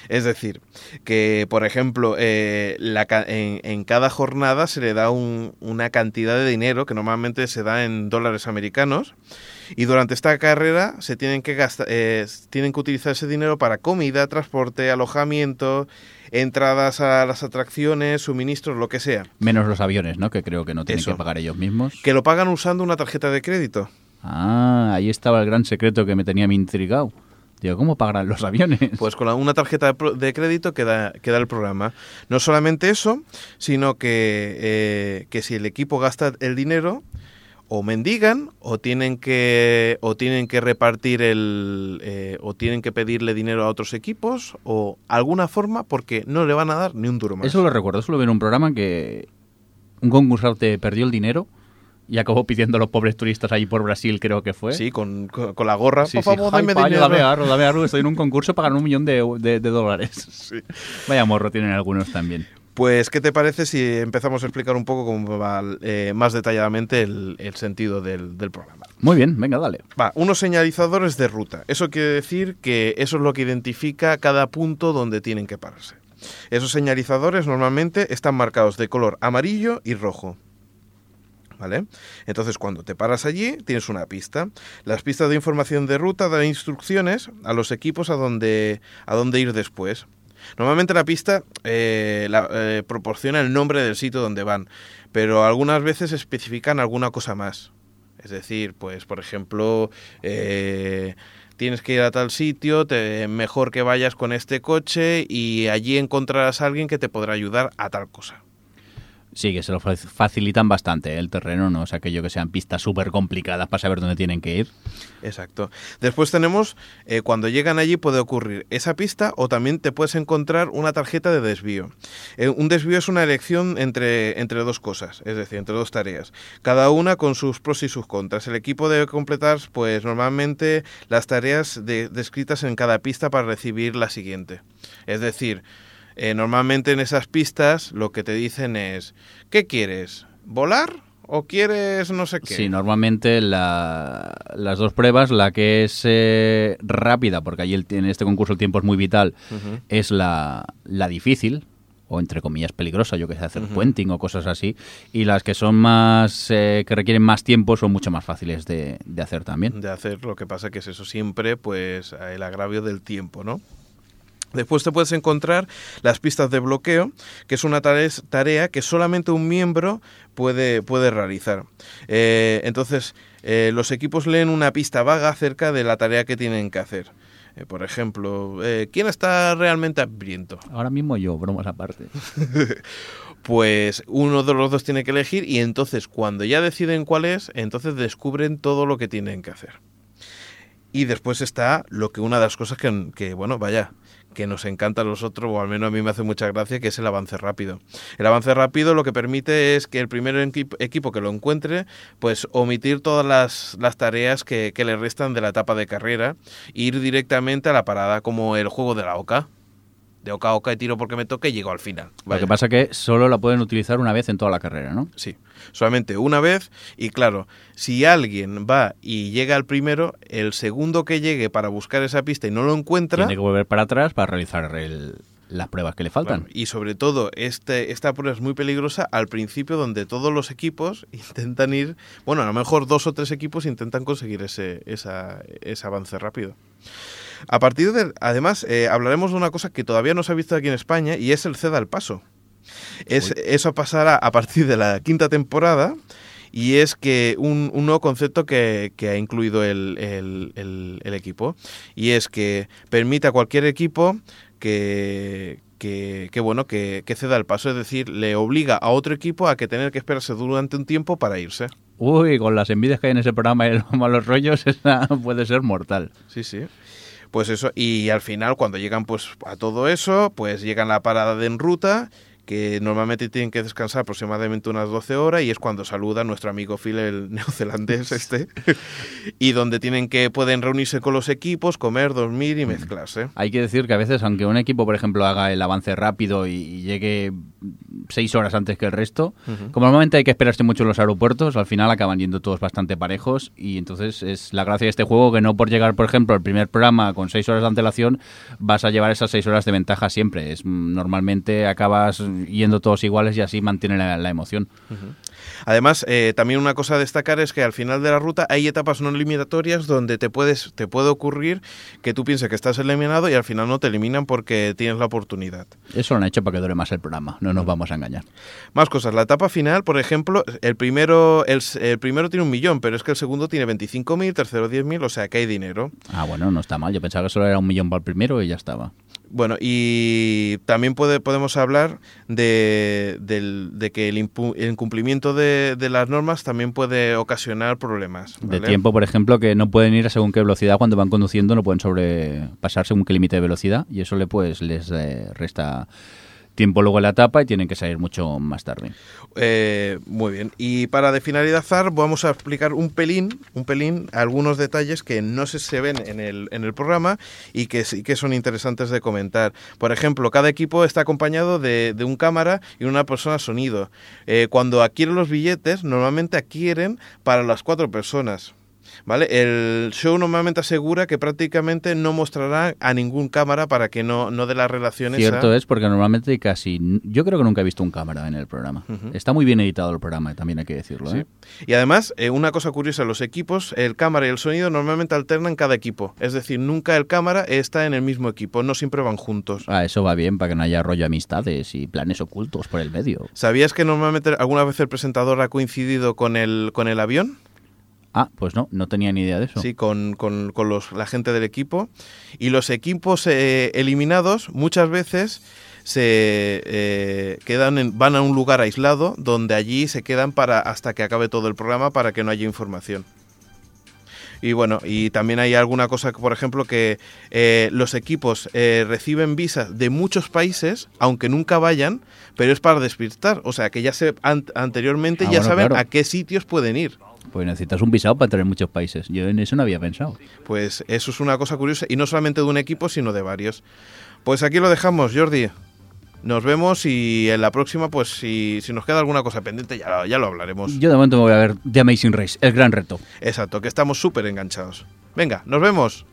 [SPEAKER 1] Es decir, que por ejemplo, eh, la ca- en, en cada jornada se le da un- una cantidad de dinero que normalmente se da en dólares americanos y durante esta carrera se tienen que gastar, tienen que utilizar ese dinero para comida, transporte, alojamiento, entradas a las atracciones, suministros, lo que sea.
[SPEAKER 6] Menos los aviones, ¿no? Que creo que no tienen
[SPEAKER 1] Eso.
[SPEAKER 6] que pagar ellos mismos.
[SPEAKER 1] Que lo pagan usando una tarjeta de crédito.
[SPEAKER 6] Ah, ahí estaba el gran secreto que me tenía mi intrigado. Digo, ¿cómo pagarán los aviones?
[SPEAKER 1] Pues con la- una tarjeta de, pro- de crédito que da, que da el programa. No solamente eso, sino que, eh, que si el equipo gasta el dinero, o mendigan, o tienen que, o tienen que repartir el. eh, o tienen que pedirle dinero a otros equipos, o alguna forma, porque no le van a dar ni un duro más.
[SPEAKER 6] eso lo recuerdo, eso lo vi en un programa que un concursante perdió el dinero y acabó pidiendo a los pobres turistas ahí por Brasil, creo que fue.
[SPEAKER 1] Sí, con, con- con la gorra.
[SPEAKER 6] ¿eh? Sí,
[SPEAKER 1] Por
[SPEAKER 6] sí.
[SPEAKER 1] favor,
[SPEAKER 6] Ay,
[SPEAKER 1] dame
[SPEAKER 6] pa,
[SPEAKER 1] dinero.
[SPEAKER 6] ayúdame, Arro, dame, Arro, estoy en un concurso para ganar un millón de, de-
[SPEAKER 1] [laughs]
[SPEAKER 6] de dólares. Vaya morro tienen algunos también.
[SPEAKER 1] Pues, ¿qué te parece si empezamos a explicar un poco cómo va, eh, más detalladamente el, el sentido del- del programa?
[SPEAKER 6] Muy bien, venga, dale.
[SPEAKER 1] Va, unos señalizadores de ruta. Eso quiere decir que eso es lo que identifica cada punto donde tienen que pararse. Esos señalizadores normalmente están marcados de color amarillo y rojo. ¿Vale? Entonces, cuando te paras allí, tienes una pista. Las pistas de información de ruta dan instrucciones a los equipos a dónde, a dónde ir después. Normalmente la pista eh, la- eh, proporciona el nombre del sitio donde van, pero algunas veces especifican alguna cosa más. Es decir, pues por ejemplo, eh, tienes que ir a tal sitio, te- mejor que vayas con este coche y allí encontrarás a alguien que te podrá ayudar a tal cosa.
[SPEAKER 6] Sí, que se lo fa- facilitan bastante ¿eh? el terreno, no es aquello que sean pistas súper complicadas para saber dónde tienen que ir.
[SPEAKER 1] Exacto. Después tenemos, eh, cuando llegan allí puede ocurrir esa pista o también te puedes encontrar una tarjeta de desvío. Eh, un desvío es una elección entre, entre dos cosas, es decir, entre dos tareas, cada una con sus pros y sus contras. El equipo debe completar, pues normalmente, las tareas de- descritas en cada pista para recibir la siguiente. Es decir, eh, normalmente en esas pistas lo que te dicen es, ¿qué quieres? ¿Volar? ¿O quieres no sé qué?
[SPEAKER 6] Sí, normalmente la- las dos pruebas, la que es eh, rápida, porque allí el- en este concurso el tiempo es muy vital,
[SPEAKER 1] Ujú.
[SPEAKER 6] es la, la difícil, o entre comillas peligrosa, yo que sé, hacer puenting o cosas así, y las que son más, eh, que requieren más tiempo son mucho más fáciles de, de hacer también.
[SPEAKER 1] de hacer lo que pasa que es eso siempre pues el agravio del tiempo no Después te puedes encontrar las pistas de bloqueo, que es una tare- tarea que solamente un miembro puede, puede realizar. Eh, entonces, eh, los equipos leen una pista vaga acerca de la tarea que tienen que hacer. Eh, por ejemplo, eh, ¿quién está realmente hambriento?
[SPEAKER 6] Ahora mismo yo, bromas aparte.
[SPEAKER 1] pues uno de los dos tiene que elegir y entonces cuando ya deciden cuál es, entonces descubren todo lo que tienen que hacer. Y después está lo que una de las cosas que, que, bueno, vaya, que nos encanta a nosotros, o al menos a mí me hace mucha gracia, que es el avance rápido. El avance rápido lo que permite es que el primer enqui- equipo que lo encuentre, pues omitir todas las, las tareas que, que le restan de la etapa de carrera e ir directamente a la parada, como el juego de la OCA. De OCA a OCA y tiro porque me toque y llego al final.
[SPEAKER 6] Lo que
[SPEAKER 1] Vaya.
[SPEAKER 6] pasa que solo la pueden utilizar una vez en toda la carrera, ¿no?
[SPEAKER 1] Sí, solamente una vez y claro, si alguien va y llega al primero, el segundo que llegue para buscar esa pista y no lo encuentra,
[SPEAKER 6] Tiene que volver para atrás para realizar el- las pruebas que le faltan.
[SPEAKER 1] Bueno, y sobre todo, este, esta prueba es muy peligrosa al principio, donde todos los equipos [laughs] intentan ir. Bueno, a lo mejor dos o tres equipos intentan conseguir ese, esa- ese avance rápido. A partir de. Además, eh, hablaremos de una cosa que todavía no se ha visto aquí en España y es el ceda al paso. Es, eso pasará a partir de la quinta temporada. Y es que un, un nuevo concepto que, que ha incluido el- el- el- el equipo. Y es que permite a cualquier equipo que, que, que, bueno, que, que ceda el paso, es decir, le obliga a otro equipo a que tener que esperarse durante un tiempo para irse.
[SPEAKER 6] Uy, con las envidias que hay en ese programa y los [laughs] malos rollos, esa puede ser mortal.
[SPEAKER 1] Sí, sí. Pues eso, y al final cuando llegan pues a todo eso, pues llegan a la parada de en ruta, que normalmente tienen que descansar aproximadamente unas 12 horas y es cuando saluda nuestro amigo Phil el [laughs] neozelandés este y donde tienen que pueden reunirse con los equipos, comer, dormir y mezclarse.
[SPEAKER 6] Hay que decir que a veces, aunque un equipo, por ejemplo, haga el avance rápido y, y llegue seis horas antes que el resto,
[SPEAKER 1] Ujú.
[SPEAKER 6] como normalmente hay que esperarse mucho en los aeropuertos, al final acaban yendo todos bastante parejos y entonces es la gracia de este juego que no por llegar, por ejemplo, al primer programa con seis horas de antelación, vas a llevar esas seis horas de ventaja siempre. Es, mm, normalmente acabas yendo todos iguales y así mantiene la- la emoción.
[SPEAKER 1] Además, eh, también una cosa a destacar es que al final de la ruta hay etapas no eliminatorias donde te puedes te puede ocurrir que tú pienses que estás eliminado y al final no te eliminan porque tienes la oportunidad.
[SPEAKER 6] Eso lo han hecho para que dure más el programa, no nos vamos a engañar.
[SPEAKER 1] Más cosas, la etapa final, por ejemplo, el primero el, s- el primero tiene un millón, pero es que el segundo tiene 25.000, tercero 10.000, o sea que hay dinero.
[SPEAKER 6] Ah, bueno, no está mal. Yo pensaba que solo era un millón para el primero y ya estaba.
[SPEAKER 1] Bueno, y también puede, podemos hablar de, del- de que el, impu- el incumplimiento de, de las normas también puede ocasionar problemas.
[SPEAKER 6] De
[SPEAKER 1] ¿vale?
[SPEAKER 6] tiempo, por ejemplo, que no pueden ir a según qué velocidad cuando van conduciendo, no pueden sobrepasar según qué límite de velocidad y eso le pues les eh, resta tiempo luego en la etapa y tienen que salir mucho más tarde.
[SPEAKER 1] Eh, muy bien. Y para de finalizar, vamos a explicar un pelín, un pelín, algunos detalles que no se, se ven en el, en el programa y que sí que son interesantes de comentar. Por ejemplo, cada equipo está acompañado de, de un cámara y una persona sonido. Eh, cuando adquieren los billetes, normalmente adquieren para las cuatro personas. ¿Vale? El show normalmente asegura que prácticamente no mostrará a ningún cámara para que no, no dé las relaciones
[SPEAKER 6] Cierto
[SPEAKER 1] a...
[SPEAKER 6] es porque normalmente casi yo creo que nunca he visto un cámara en el programa.
[SPEAKER 1] Ujú.
[SPEAKER 6] Está muy bien editado el programa, también hay que decirlo.
[SPEAKER 1] Sí.
[SPEAKER 6] ¿eh?
[SPEAKER 1] Y además, eh, una cosa curiosa, los equipos, el cámara y el sonido normalmente alternan cada equipo. Es decir, nunca el cámara está en el mismo equipo, no siempre van juntos.
[SPEAKER 6] Ah, eso va bien para que no haya rollo amistades y planes ocultos por el medio.
[SPEAKER 1] ¿Sabías que normalmente alguna vez el presentador ha coincidido con el, con el avión?
[SPEAKER 6] Ah, pues no, no tenía ni idea de eso.
[SPEAKER 1] Sí, con, con- con los, la gente del equipo. Y los equipos eh, eliminados muchas veces se eh, quedan en- van a un lugar aislado donde allí se quedan para hasta que acabe todo el programa para que no haya información. Y bueno, y también hay alguna cosa, que, por ejemplo, que eh, los equipos eh, reciben visas de muchos países, aunque nunca vayan, pero es para despistar. O sea, que ya se an- anteriormente
[SPEAKER 6] Ah,
[SPEAKER 1] ya
[SPEAKER 6] bueno,
[SPEAKER 1] saben
[SPEAKER 6] claro.
[SPEAKER 1] a qué sitios pueden ir.
[SPEAKER 6] Pues necesitas un visado para entrar en muchos países. Yo en eso no había pensado.
[SPEAKER 1] Pues eso es una cosa curiosa, y no solamente de un equipo, sino de varios. Pues aquí lo dejamos, Jordi. Nos vemos y en la próxima, pues si, si nos queda alguna cosa pendiente, ya, lo- ya lo hablaremos.
[SPEAKER 6] Yo de momento me voy a ver The Amazing Race, el gran reto.
[SPEAKER 1] Exacto, que estamos súper enganchados. Venga, nos vemos.